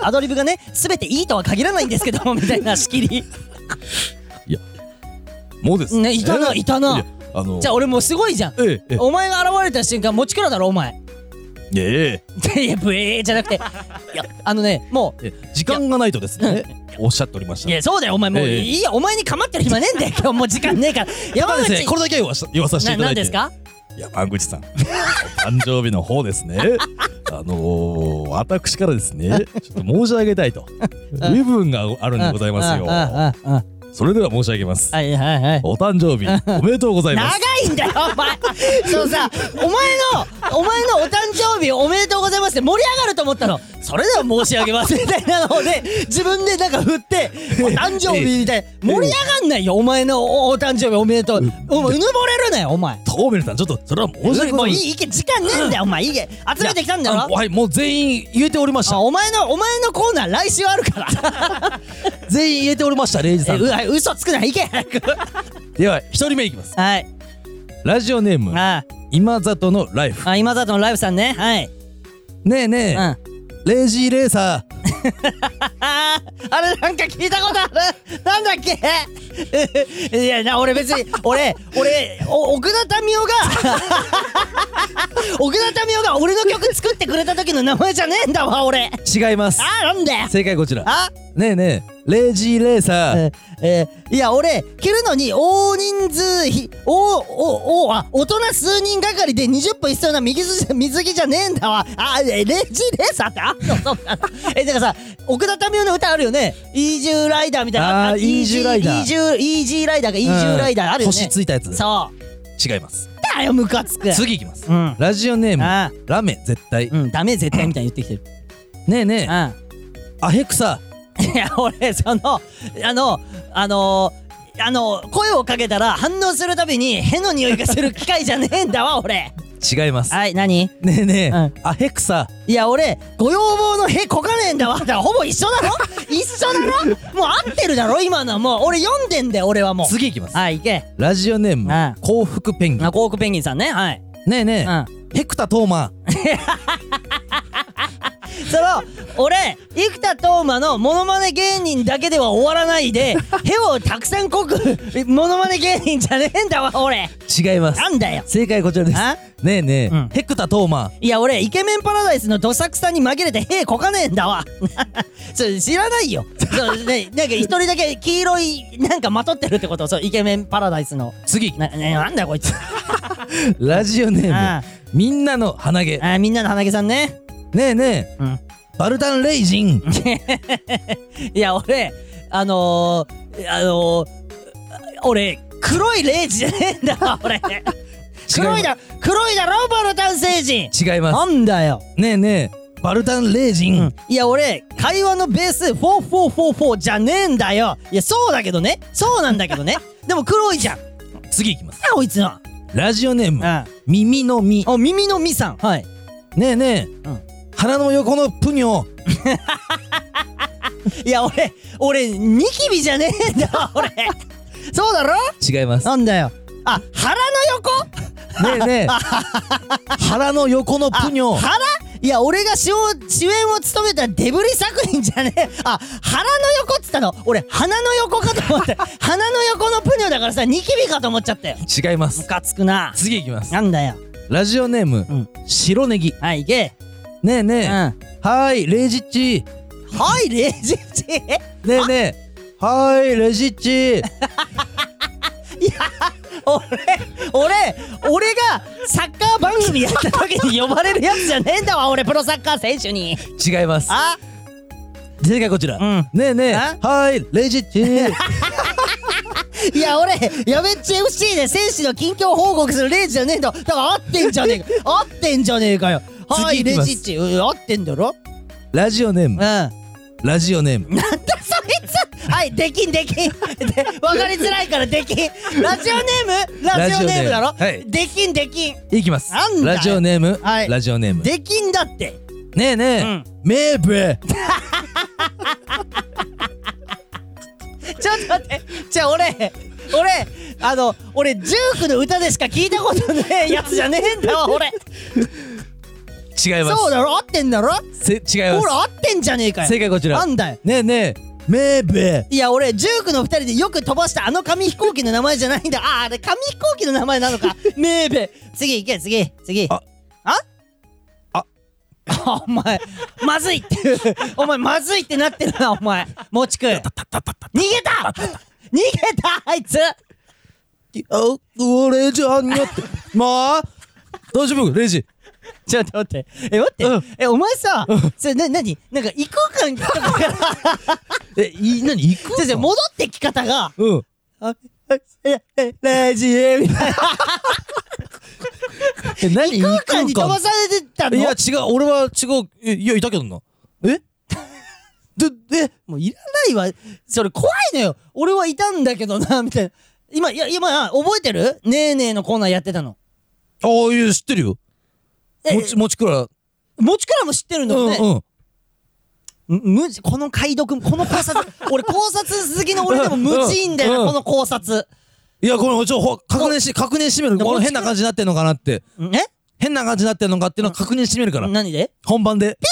A: アドリブがね全ていいとは限らないんですけどもみたいな仕切り
B: もうです
A: ねいたな
B: えー
A: いたな
B: やあの
A: じゃあ俺もうすごいじゃん
B: えええ
A: お前が現れた瞬間持ちくらだろお前
B: ええ
A: いやブエーじゃな くていやあのねもう
B: え時間がないとですねおっしゃっておりまし
A: い
B: た
A: やそうだよお前もう
B: ええ
A: いいよお前に構ってる暇ねえんだよ今日もう時間ねえ から
B: た
A: 山
B: だですね
A: 口
B: これだけは言わさ言わさせてい
A: な
B: ただ
A: 何
B: いて
A: ですか
B: 山口さん誕生日の方です ねあのー、私からですねちょっと申し上げたいと身分があるんでございます
A: うんうん
B: よ
A: うんうん
B: それでは申し上げます
A: はいはいはい
B: お誕生日 おめでとうございます
A: 長いんだよお前そうさお前のお前のお誕生日おめでとうございますって盛り上がると思ったのそれでは申し上げますみたいなのをね自分でなんか振ってお誕生日みたいな盛り上がんないよお前のおお誕生日おめでとうお前うぬぼれるなよお前
B: トーメルさんちょっとそれは申し訳
A: も
B: ご
A: う
B: ざい
A: い
B: ません
A: いいけ時間ねえんだよお前いいけ集めてきたんだ
B: あ
A: ろ
B: はいもう全員言えておりまし
A: あ
B: た
A: お前のお前のコーナー来週あるから
B: 全員言えておりましたレイ
A: え
B: ジさん
A: うわ嘘つくないけ早く
B: では一人目いきます
A: はい
B: ラジオネーム
A: あ
B: 今里のライフ
A: あ今里のライブさんねはい
B: ねえねえ、
A: うん
B: レイジーレーサー
A: あーあれなんか聞いたことあるなんだっけ いやな俺別に俺俺お奥田民生が 奥田民生が俺の曲作ってくれた時の名前じゃねえんだわ俺
B: 違います
A: あーなんだよ
B: 正解こちら
A: あ
B: ねえねえレイジーレーサー
A: えーえーいや俺蹴るのに大人数ひおおおあ大人数人がかりで20分必要な右す水着じゃねえんだわあえレジレーサーってあんのそんなのえだからさ奥田民生の歌あるよねイージューライダーみたいな
B: あーイージューライダー
A: イージューイージーライダーがイージューライダーあるよね、
B: 星ついたやつ
A: そう
B: 違います
A: だよムカつく
B: 次いきます
A: うん
B: ラジオネーム
A: あ
B: ラメ絶対
A: ーうんダメ絶対みたいに言ってきてる
B: ねえねえ
A: うん
B: アヘクサ
A: いや俺そのあのあのあの声をかけたら反応するたびにへの匂いがする機械じゃねえんだわ俺
B: 違いま す
A: はい何
B: ねえね
A: うん
B: えアヘクサ
A: いや俺ご要望のへこかねえんだわだからほぼ一緒 だろ一緒だろもう合ってるだろ今のはもう俺読んでんだよ俺はもう
B: 次いきます
A: はい行け
B: ラジオネーム
A: あ
B: 幸福ペンギン
A: あコークペンギンさんねはい
B: ねえね
A: うん
B: えヘクタトーマ
A: その俺生田斗真のモノマネ芸人だけでは終わらない でへをたくさんこくモノマネ芸人じゃねえんだわ俺
B: 違います
A: なんだよ
B: 正解こちらです
A: あ
B: ねえね
A: うん
B: えヘクタトーマ
A: いや俺イケメンパラダイスのどさくさに紛れて屁こかねえんだわ そう知らないよそう、ね、なんか一人だけ黄色いなんかまとってるってことそうイケメンパラダイスの
B: 次いきま
A: な,、ね、なんだよこいつ
B: すラジオネ
A: あ
B: ームみんなの鼻毛
A: あーみんなの鼻毛さんね
B: ねえねえ
A: うん
B: バルタンレイジン
A: いや俺あのー、あのー、俺黒いレイジじゃねえんだわ俺黒いだ黒いだろバルタン星人
B: 違いま
A: なんだよ
B: すねえねえバルタンレイジン
A: いや俺会話のベース4444じゃねえんだよいやそうだけどねそうなんだけどね でも黒いじゃん
B: 次いきます
A: なこいつの
B: ラジオネー
A: うん
B: ム
A: あ
B: 耳の実
A: 耳のみさんはい
B: ねえねえ、
A: うん
B: 鼻の横のプニョ
A: いや俺俺ニキビじゃねえんだ わ俺そうだろ
B: 違いますね
A: なんだよあ腹の横
B: えねえ腹の横のプニョ
A: 腹いや、俺が主演主演を務めたデブリ作品じゃねえ。あ、腹の横っつったの。俺、鼻の横かと思 って。鼻の横のプニョだからさ、ニキビかと思っちゃったよ。
B: 違いま
A: ム
B: す
A: カつくな。
B: 次いきます
A: なんだよ。
B: ラジオネーム、
A: うん
B: 白ネギ
A: はい、行け。
B: ねえ
A: うん。
B: ねえ、
A: は
B: はーいレジッチ
A: い、レジ打ち。
B: ねえねえはーいレジッチ
A: 俺、俺、俺がサッカー番組やった時に呼ばれるやつじゃねえんだわ、俺、プロサッカー選手に。
B: 違います
A: あ
B: 正解こちら、
A: うん
B: ねえねえ
A: あ
B: はーいレジ ッチ
A: いや俺やべっち FC で選手の近況報告する例じゃねえんだだから合ってんじゃねえか合ってんじゃねえかよはい
B: 次
A: レ
B: 行きます
A: ジッチうん合ってんだろ
B: ラジオネー
A: うん
B: ム
A: なんだ
B: ラジオネーム
A: そいつはいできんできんで分かりづらいからできんラジオネームラジオネームだろ
B: ラジオネームはい
A: できんできん
B: いきます
A: なんだよ
B: ラジオネーム、
A: はい
B: ラジオネームね
A: できんだって
B: えねえ、
A: うん
B: メーブ
A: ちょっと待ってじゃあ俺俺あの俺ジュークの歌でしか聞いたことねえやつじゃねえんだわ俺
B: 違います
A: そうだろ合ってんだろ
B: せ違いま
A: ほ
B: す
A: ら合ってんじゃねえかよ
B: 正解こちら
A: なんだよ
B: ねえねえメーブ
A: いや俺ジュークの2人でよく飛ばしたあの紙飛行機の名前じゃないんだあーあれ紙飛行機の名前なのかメーベ次行け次次
B: あ
A: あ
B: あ
A: あお前まずいってお前まずいってなってるなお前もちく逃げた逃げたあいつ
B: あ、おレジあんにゃ って。まあ大丈夫レジ。
A: ちょっと待ってえ待って、
B: うん
A: えお前さ、それな何なんか異空間とかから
B: え、い、なに行く
A: 先生戻ってき方が
B: うん。
A: あえええレジ みたいな
B: え、何
A: 異空間に飛ば
B: 行
A: されてた
B: く
A: の
B: んかいや、違う。俺は違う。えいや、いたけどな。えで、え、
A: もういらないわ。それ怖いのよ。俺はいたんだけどな、みたいな。今、いや、今、あ覚えてるねえねえのコーナーやってたの。
B: ああ、いや、知ってるよ。もち、もちくら。
A: もちからも知ってるん
B: う
A: だ
B: ん
A: よ
B: う
A: ね。
B: ん。
A: む無知、この解読、この考察、俺考察好きの俺でも無知いんだよ
B: うん
A: な、この考察。
B: いや、これ、ちょ、ほ確認し、確認してみる。
A: で
B: こ
A: も
B: の
A: ちくら
B: 変な感じになってんのかなって。
A: え
B: 変な感じになってんのかっていうのを確認してみるから。
A: 何で
B: 本番で。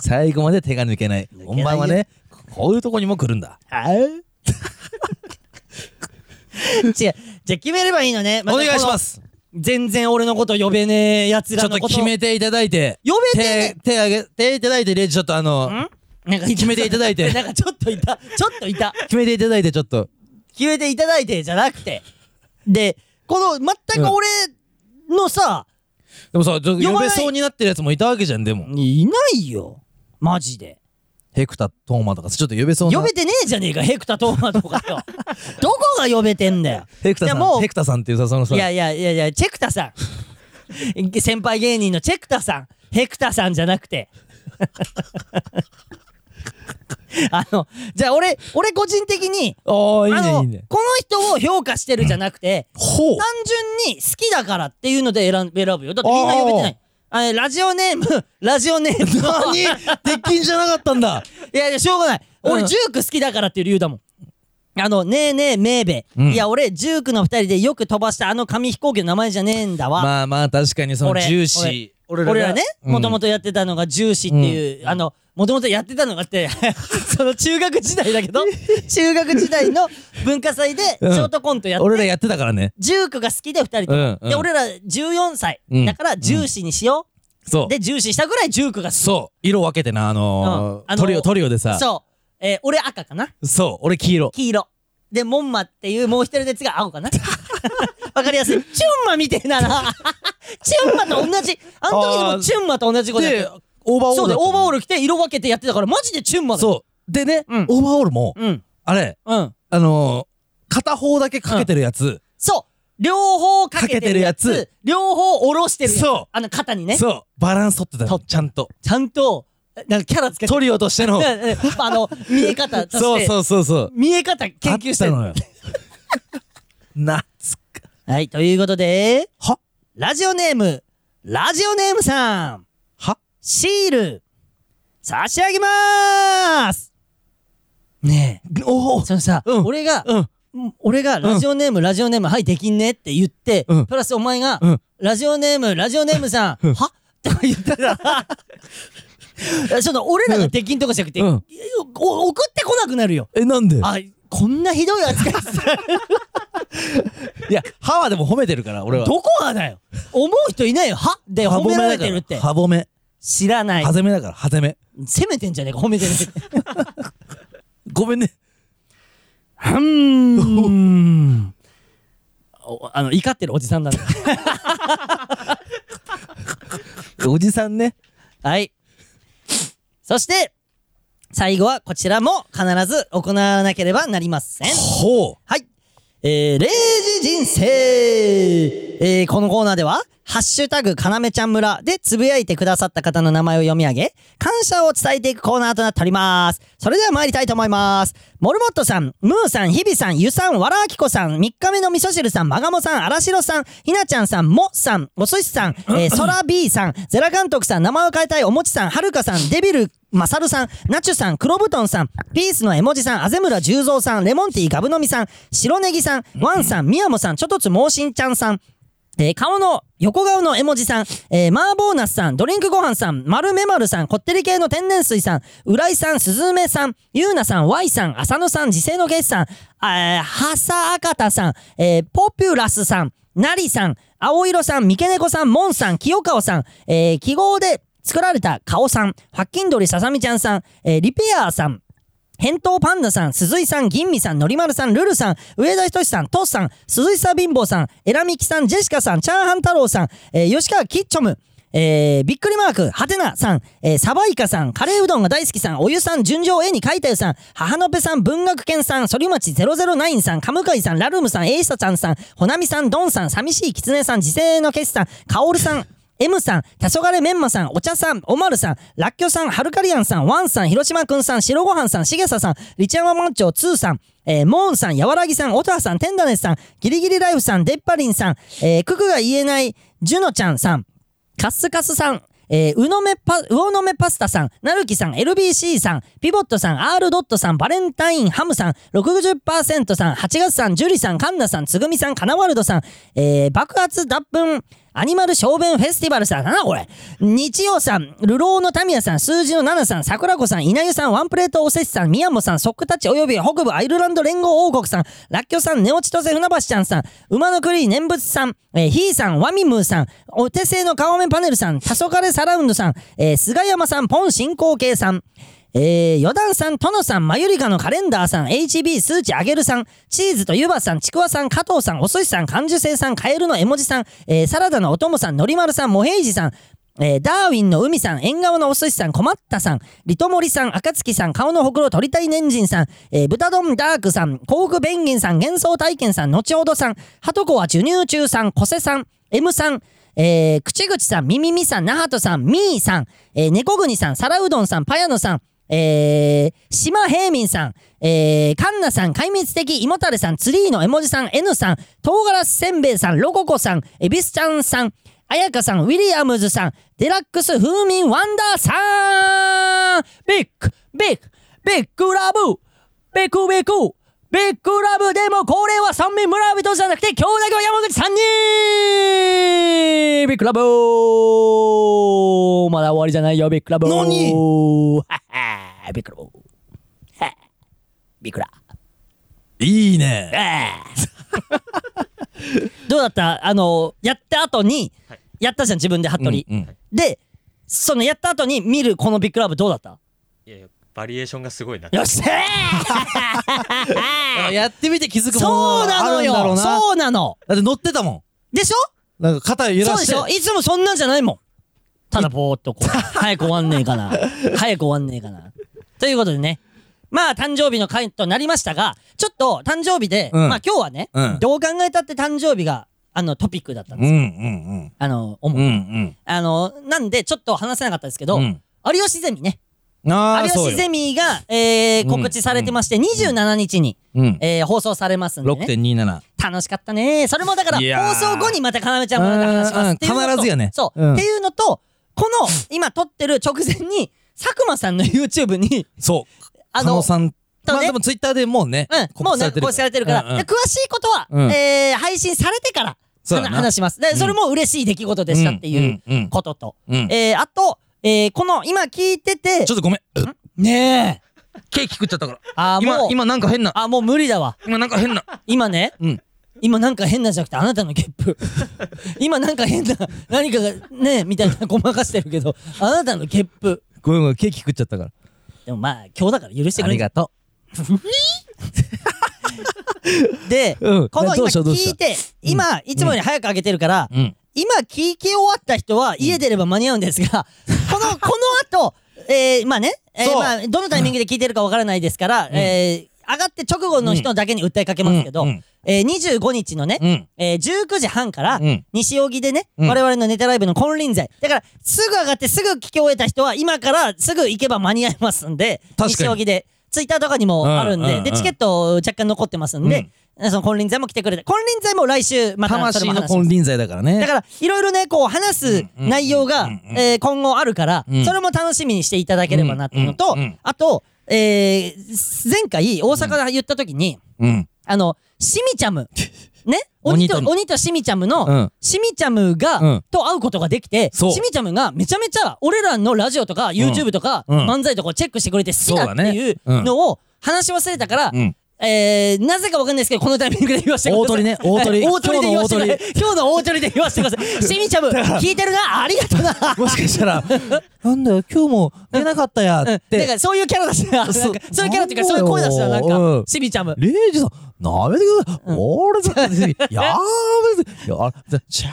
B: 最後まで手が抜けない。本番はね、こういうとこにも来るんだ。
A: あ 違う。じゃあ決めればいいのね。。
B: お願いしますす。
A: 全然俺のこと呼べねえ奴
B: ちょ
A: ら
B: っと
A: のこと。
B: 決めていただいて。
A: 呼べて
B: 手、手あげ、手いただいて、レイジ、ちょっとあの、
A: なんか
B: 決めていただいて
A: なんかちょっといた。ちょっといた。
B: 決めていただいて、ちょっと。
A: 決めていただいてじゃなくて。で、この全く俺のさ、
B: でもさ、ちょっと
A: 呼
B: 呼
A: ばない
B: べそうになってるやつもいたわけじゃん、でも。
A: いないよ。マジで。
B: ヘクタ、トーマとか、ちょっと呼べそうな。
A: 呼べてねえじゃねえか、ヘクタ・トーマとかよ。どこが呼べてんだよ。
B: ヘクタさ
A: いやもう
B: ん、ヘクタさんっていうさ、そのさ、
A: いやいやいやいや、チェクタさん。 先輩芸人のチェクタさん。ヘクタさんじゃなくて。 あの、じゃあ俺、俺個人的に、
B: ああ、いい
A: あ
B: ね、
A: の
B: いいね。
A: この人を評価してるじゃなくて、
B: ほう
A: 単純に好きだからっていうので選ん選ぶよ。だってみんな呼べてない。あれラジオネーム、ラジオネームの。
B: 何鉄筋じゃなかったんだ
A: いやいや、しょうがない。
B: う
A: 俺、
B: ん
A: ジューク好きだからっていう理由だもん。あの、ねえねえ、メーベ。
B: ん
A: いや、俺、ジュークの二人でよく飛ばしたあの紙飛行機の名前じゃねえんだわ。
B: まあまあ、確かにその、
A: 俺
B: ジューシー。
A: 俺らね、
B: うん
A: もともとやってたのがジューシーっていう、あの、もともとやってたのがって、 その中学時代だけ ど、中学時代の文化祭でシ
B: うん
A: ョートコントやって、
B: 俺らやってたからね。
A: ジュークが好きで二人とも、
B: うんうん
A: で、俺ら14歳。
B: うん
A: だから、ジューシーにしよう。
B: そう。
A: で、ジューシーしたぐらいジュークが好き。
B: そう。色分けてな、あの
A: うんあ
B: ー、
A: の
B: トリオ、トリオでさ、
A: そう。えー俺赤かな
B: そう、俺黄色。
A: 黄色。で、モンマっていうもう一人のやつが青かな。 わかりやすい。チュンマみてえなな。 チュンマと同じ。あの時
B: あ
A: も
B: ー
A: チュンマと同じことやって
B: で
A: た。、
B: オーバーオール
A: そうで、
B: だった
A: オーバーオール着て色分けてやってたから、マジでチュンマだよ。
B: そう。でね、
A: うん
B: オーバーオールも、
A: うん。
B: あれ、
A: うん。
B: あのー、片方だけかけてるやつ、
A: そう。両方かけてるや
B: かけてるや
A: つ。両方下ろしてるやつ。
B: そう
A: あの肩にね。
B: そう、バランス取ってたの、ちゃんと。
A: ちゃんと、なんかキャラつけて
B: トリオとし ての、
A: うんうんあの、見え方として。
B: そうそうそうそう。
A: 見え方研究して
B: あ
A: る
B: った のよ。なつか。
A: はい、ということで、
B: は
A: ラジオネーム、ラジオネームさん。
B: は
A: シール、差し上げまーすね
B: おお
A: え、そのさ、
B: うん
A: 俺が、
B: うん。
A: 俺がラジオネーム、ラジオネーム、はい、できんねって言って、
B: うん
A: プラスお前が、
B: うん
A: ラジオネーム、ラジオネームさん、はとか言ってた ら、その、俺らが出禁とかじゃなくて、
B: うん
A: お送ってこなくなるよ。
B: え、なんで
A: あ、こんなひどい 扱いさ、
B: いや、歯はでも褒めてるから、俺は。
A: どこがだよ思う人いないよ。はで褒められてるって。
B: 歯褒め。
A: 知らない
B: 歯。攻めだから、歯攻め。
A: 責めてんじゃねえか、褒めてるって。
B: ごめんね。
A: うーん。 おあの、怒ってるおじさんだね。
B: おじさんね。
A: はい。そして、最後はこちらも必ず行わなければなりません。
B: ほう。
A: はい。えー、0時人生えー、このコーナーでは、ハッシュタグ、かなめちゃん村でつぶやいてくださった方の名前を読み上げ、感謝を伝えていくコーナーとなっております。それでは参りたいと思います。モルモットさん、ムーさん、ヒビさん、ユさん、わらあきこさん、3日目の味噌汁さん、まがもさん、あらしろさん、ひなちゃんさん、もさん、おすしさん、えー、そら B さん、ゼラ監督さん、名前を変えたいおもちさん、はるかさん、デビルマサルさん、ナチュさん、黒布団さん、ピースの絵文字さん、あぜむら十三さん、レモンティーガブ飲みさん、白ネギさん、ワンさん、宮もさん、ちょとつもうしんちゃんさん、えー顔の、横顔の絵文字さん、えー、マーボーナスさん、ドリンクご飯さん、丸めまるさん、こってり系の天然水さん、浦井さん、すずめさん、ゆうなさん、Y さん、浅野さん、自生のゲスさん、あーはさあかたさん、えーポピュラスさん、なりさん、青色さん、三毛猫さん、もんさん、清川さん、えー記号で作られた顔さん、はっきんどりささみちゃんさん、えーリペアーさん、返答パンダさん、鈴井さん、銀美さん、のりまるさん、ルルさん、上田仁志さん、トスさん、鈴井さ貧乏さん、えらみきさん、ジェシカさん、チャーハン太郎さん、えー吉川キッチョム、えー、びっくりマーク、はてなさん、えーサバイカさん、カレーうどんが大好きさん、お湯さん、純情絵に描いたよさん、母のぺさん、文学研さん、反町009さん、カムカイさん、ラルムさん、エイサちゃんさん、ほなみさん、ドンさん、寂しいきつねさん、自生のケスさん、カオルさん、M さん、黄昏メンマさん、お茶さん、おまるさん、らっきょさん、はるかりあんさん、ワンさん、広島くんさん、白ごはんさん、しげささん、りちゃままんちょう、つーさん、えー、もんさん、やわらぎさん、おたはさん、てんだねさん、ギリギリライフさん、でっぱりんさん、えー、くくが言えない、じゅのちゃんさん、カスカスさん、えー、うのめパ、うおのめパスタさん、なるきさん、LBC さん、ピボットさん、R ドットさん、バレンタインハムさん、60%さん、8月さん、ジュリさん、カンナさん、つぐみさん、カナワルドさん、えー、爆発脱粉、アニマル小便フェスティバルさん、なんだこれ。日曜さん、流浪の民也さん、数字の7さん、桜子さん、稲湯さん、ワンプレートおせちさん、宮本さん、ソックタッチおよび北部アイルランド連合王国さん、らっきょさん、ネオチトセ船橋ちゃんさん、馬の栗念仏さん、えー、ひーさん、ワミムーさん、お手製の顔面パネルさん、黄昏サラウンドさん、えー、菅山さん、ポン進行形さん、えー、ヨダンさん、トノさん、マユリカのカレンダーさん、HB 数値上げるさん、チーズとユバさん、ちくわさん、加藤さん、お寿司さん、感受性さん、カエルの絵文字さん、えー、サラダのお供さん、のりまるさん、モヘイジさん、えー、ダーウィンの海さん、縁側のお寿司さん、困ったさん、リトモリさん、暁さん、顔のほくろ、鳥谷年人さん、えー、豚丼ダークさん、幸福ペンギンさん、幻想体験さん、後ほどさん、はとこは授乳中さん、小瀬さん、M さん、えー、口口さん、みみみさん、なはとさん、みーさん、えー、猫国さん、皿うどんさん、パヤノさん、えー、島平民さん、えー、カンナさん、壊滅的、胃もたれさん、ツリーの絵文字さん、N さん、唐辛子せんべいさん、ロココさん、エビスちゃんさん、あやかさん、ウィリアムズさん、デラックス風味ワンダーさんビッグ、ビッグ、ビッグラブビッグビッグビッグラブでもこれは三味村人じゃなくて、今日だけは山口さんにビッグラブまだ終わりじゃないよ、 ビッグラブ
B: 何
A: ははビッグラブ はビッ グラ
B: いいね。
A: あーどうだったあの、やった後に、やったじゃん、自分で、服部
B: うんうん。
A: で、そのやった後に見るこのビッグラブどうだった
C: いやいやバリエーションがすごいな
A: よっしゃ ー
B: やってみて気づくも
A: そう
B: の
A: な
B: があ
A: の
B: るん
A: よ
B: だろうな。
A: そうなの
B: だって乗ってたも
A: でしょ
B: ん。なんか肩揺
A: そ
B: ら
A: うで
B: して。
A: しょいつもそんなんじゃないもん。ただぼーっとこう、 早く終わんねえかな。早く終わんねえかな。ということでね。まあ、誕生日の回となりましたが、ちょっと誕生日で、
B: うん
A: まあ今日はね、
B: うん
A: どう考えたって誕生日が、あの、トピックだったん
B: う
A: で
B: ん
A: す。
B: うん
A: あの、主
B: うん。
A: に
B: うん
A: あの、なんで、ちょっと話せなかったですけど、
B: うん
A: 有吉ゼミね。
B: うん。あ
A: 有
B: あ、そう
A: 吉
B: よ。
A: ゼミが、えー、告知されてまして、27日に、
B: うん。
A: えー、放送されますんで、ね。
B: 6.27。
A: 楽しかったね。それもだから、
B: いやー
A: 放送後にまたかなめちゃんもまた話しますっていうのと。
B: うんうん必ずやね
A: そう。
B: うん
A: っていうのと、この、今撮ってる直前に、佐久間さんの YouTube に、
B: そう。
A: あ
B: あ
A: の
B: の、さん。まあ
A: ね
B: でもツイッターでもうね
A: うん、、もうね、公開
B: 告知さ
A: さ
B: れ
A: れ
B: て
A: て
B: る
A: るから。
B: うんうん
A: で詳しいことは、
B: うん
A: えー配信されてから、
B: そうだな
A: 話します。で、それも嬉しい出来事でしたっていう
B: うんうんうん
A: ことと。
B: うん
A: えー、あと、えー、この、今聞いてて
B: ちょ、っとごめん。
A: ねえ、
B: ケーキ食っちゃったから。
A: あー、も
B: 今
A: う、、
B: 今なんか変な。
A: あ、もう無理だわ。
B: 今なんか変な。
A: 今ね、
B: うん
A: 今なんか変なじゃなくて、あなたのゲッ プ。今なんか変な、何かが、ねえ、みたいなごまかしてるけど、あなたのゲップ。
B: ごめんごめん、ケーキ食っちゃったから。
A: でもまあ、今日だから許して
B: あ
A: くれ
B: り。がと
A: で、
B: うん
A: この
B: ど
A: 今
B: うしたどうし
A: 聞
B: た
A: いて、今、いつもより早く上げてるから、
B: う。うん。
A: 今聞き終わった人は家出れば間に合うんですが、こ の、この後、えー、まあね、えー、
B: そう
A: まあ、どのタイミングで聞いてるかわからないですから、えー、上がって直後の人だけに訴えかけますけど、
B: うんうん
A: えー、25日のね、
B: うん。
A: えー、19時半から、
B: うん
A: 西荻でね、
B: うん
A: 我々のネタライブの金輪際。だから、すぐ上がってすぐ聞き終えた人は、今からすぐ行けば間に合いますんで、
B: 確かに
A: 西荻で。ツイッターとかにもあるん
B: うんうん
A: で、
B: うん
A: で、チケット若干残ってますんで、その金輪際も来てくれて、金輪際も来週、またそれ
B: 魂
A: も話し
B: の
A: ます
B: 金輪際だからね。
A: だから、いろいろね、こう、話す内容が、えー今後あるから、
B: うん
A: それも楽しみにしていただければなっていうのと
B: うんうんうん、
A: あと、えー前回、大阪で言った時に、
B: うん。
A: あの、シミチャム。ね鬼と、
B: 鬼と
A: 鬼とシミチャムの、
B: うん
A: シミチャムが、
B: うん
A: と会うことができて、
B: そう
A: シミチャムがめちゃめちゃ俺らのラジオとか YouTube とか、
B: うん
A: 漫才とかをチェックしてくれて好きだ
B: そうだ
A: って
B: ね
A: いう
B: うん
A: のを話し忘れたから、
B: うん。
A: えー、なぜかわかんないですけど、このタイミングで言わせてください。
B: 大 鳥ね大鳥
A: 大鳥で言わせてくだ
B: 今
A: さい。今日の大鳥で言わせてくだ さい。シミチャム、聞いてるな、ありがとうな。
B: もしかした ら、なんだよ、今日も出なかったやっ
A: だか
B: て。
A: らそういうキャラだしな、なんか
B: そ
A: そうういうキャラっていうか、そういう声だしな、なん
B: う
A: か
B: ん、
A: シミチャム。
B: レイジさん、なめてください。俺だって、やめて、や、ちゃ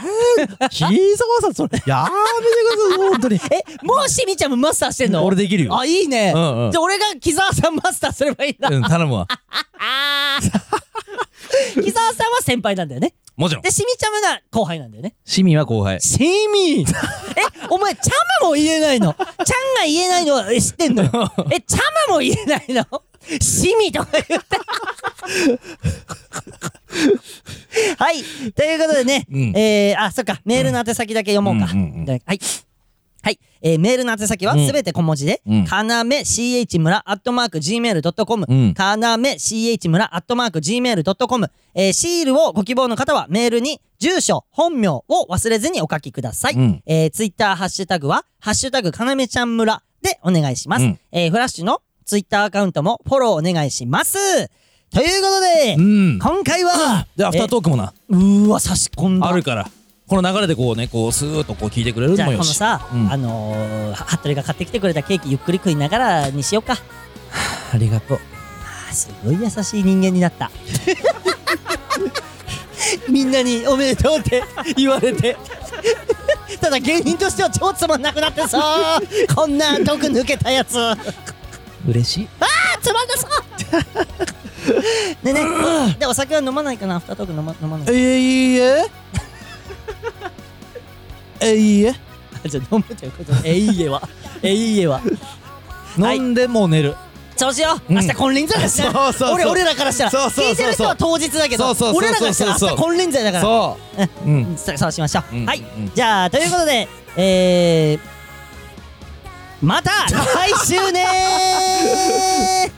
B: ー、ひざわさん、それ、やめてください、 本当に。
A: え、もうシミちゃんもマスターしてんの
B: 俺できるよ
A: あ、いいね。
B: うんうん
A: じゃあ俺が木沢さんマスターすればいいな。
B: うん、頼む わ。
A: あー木沢さんは先輩なんだよね。
B: もちろん
A: で、。シミちゃんが後輩なんだよね。
B: 市民は後輩。
A: シミえ、お前、ちゃまも言えないの。ちゃんが言えないのはえ知ってんの よ。え、ちゃまも言えないの。シミとか言って。はい。ということでね、
B: うん
A: えー、あ、そっか、メールの宛先だけ読もうか。
B: うんうんうんうん
A: はい。はい。えーメールの宛先はすべて小文字で、
B: うん
A: かなめ ch 村アットマーク gmail.com、
B: うん
A: かなめ ch 村アットマーク gmail.com、えーシールをご希望の方はメールに住所、本名を忘れずにお書きください。
B: うん
A: えーツイッターハッシュタグは、ハッシュタグかなめちゃん村でお願いします。
B: うん
A: えーフラッシュのツイッターアカウントもフォローお願いします。ということで、
B: うん。
A: 今回は、
B: で、アフター
A: え
B: トークもな、
A: ーうーわ、差し込んだ。
B: あるから。この流れでこうね、こう、スーッとこう聞いてくれる
A: じゃ
B: の
A: あこ
B: もよ
A: の
B: し。
A: さ、
B: うん
A: あのー、は服部が買ってきてくれたケーキゆっくり食いながらにしようか
B: ありがとう。
A: あーすごい優しい人間になったみんなにおめでとうって言われてただ芸人としては超つまんなくなってさこんな毒抜けたやつあ
B: 嬉しい。
A: ーつまんなそうでねでお酒は飲まないかなアフタートーク飲ま飲まない
B: えい え。えいえ。
A: あじゃあ飲むということでえいえはえいえははい
B: 飲んでもう寝る。
A: そうしよう、
B: うん
A: 明日金輪際だしな
B: そうそうそう
A: 俺俺らからしたら
B: そうそうそうそう
A: 聞いてる人は当日だけど
B: そうそうそうそう
A: 俺らからしたら明日金輪際だから
B: そう。うん。
A: そそうしましょう、
B: うん
A: はい、
B: うん
A: じゃあということで えー、また来週ねー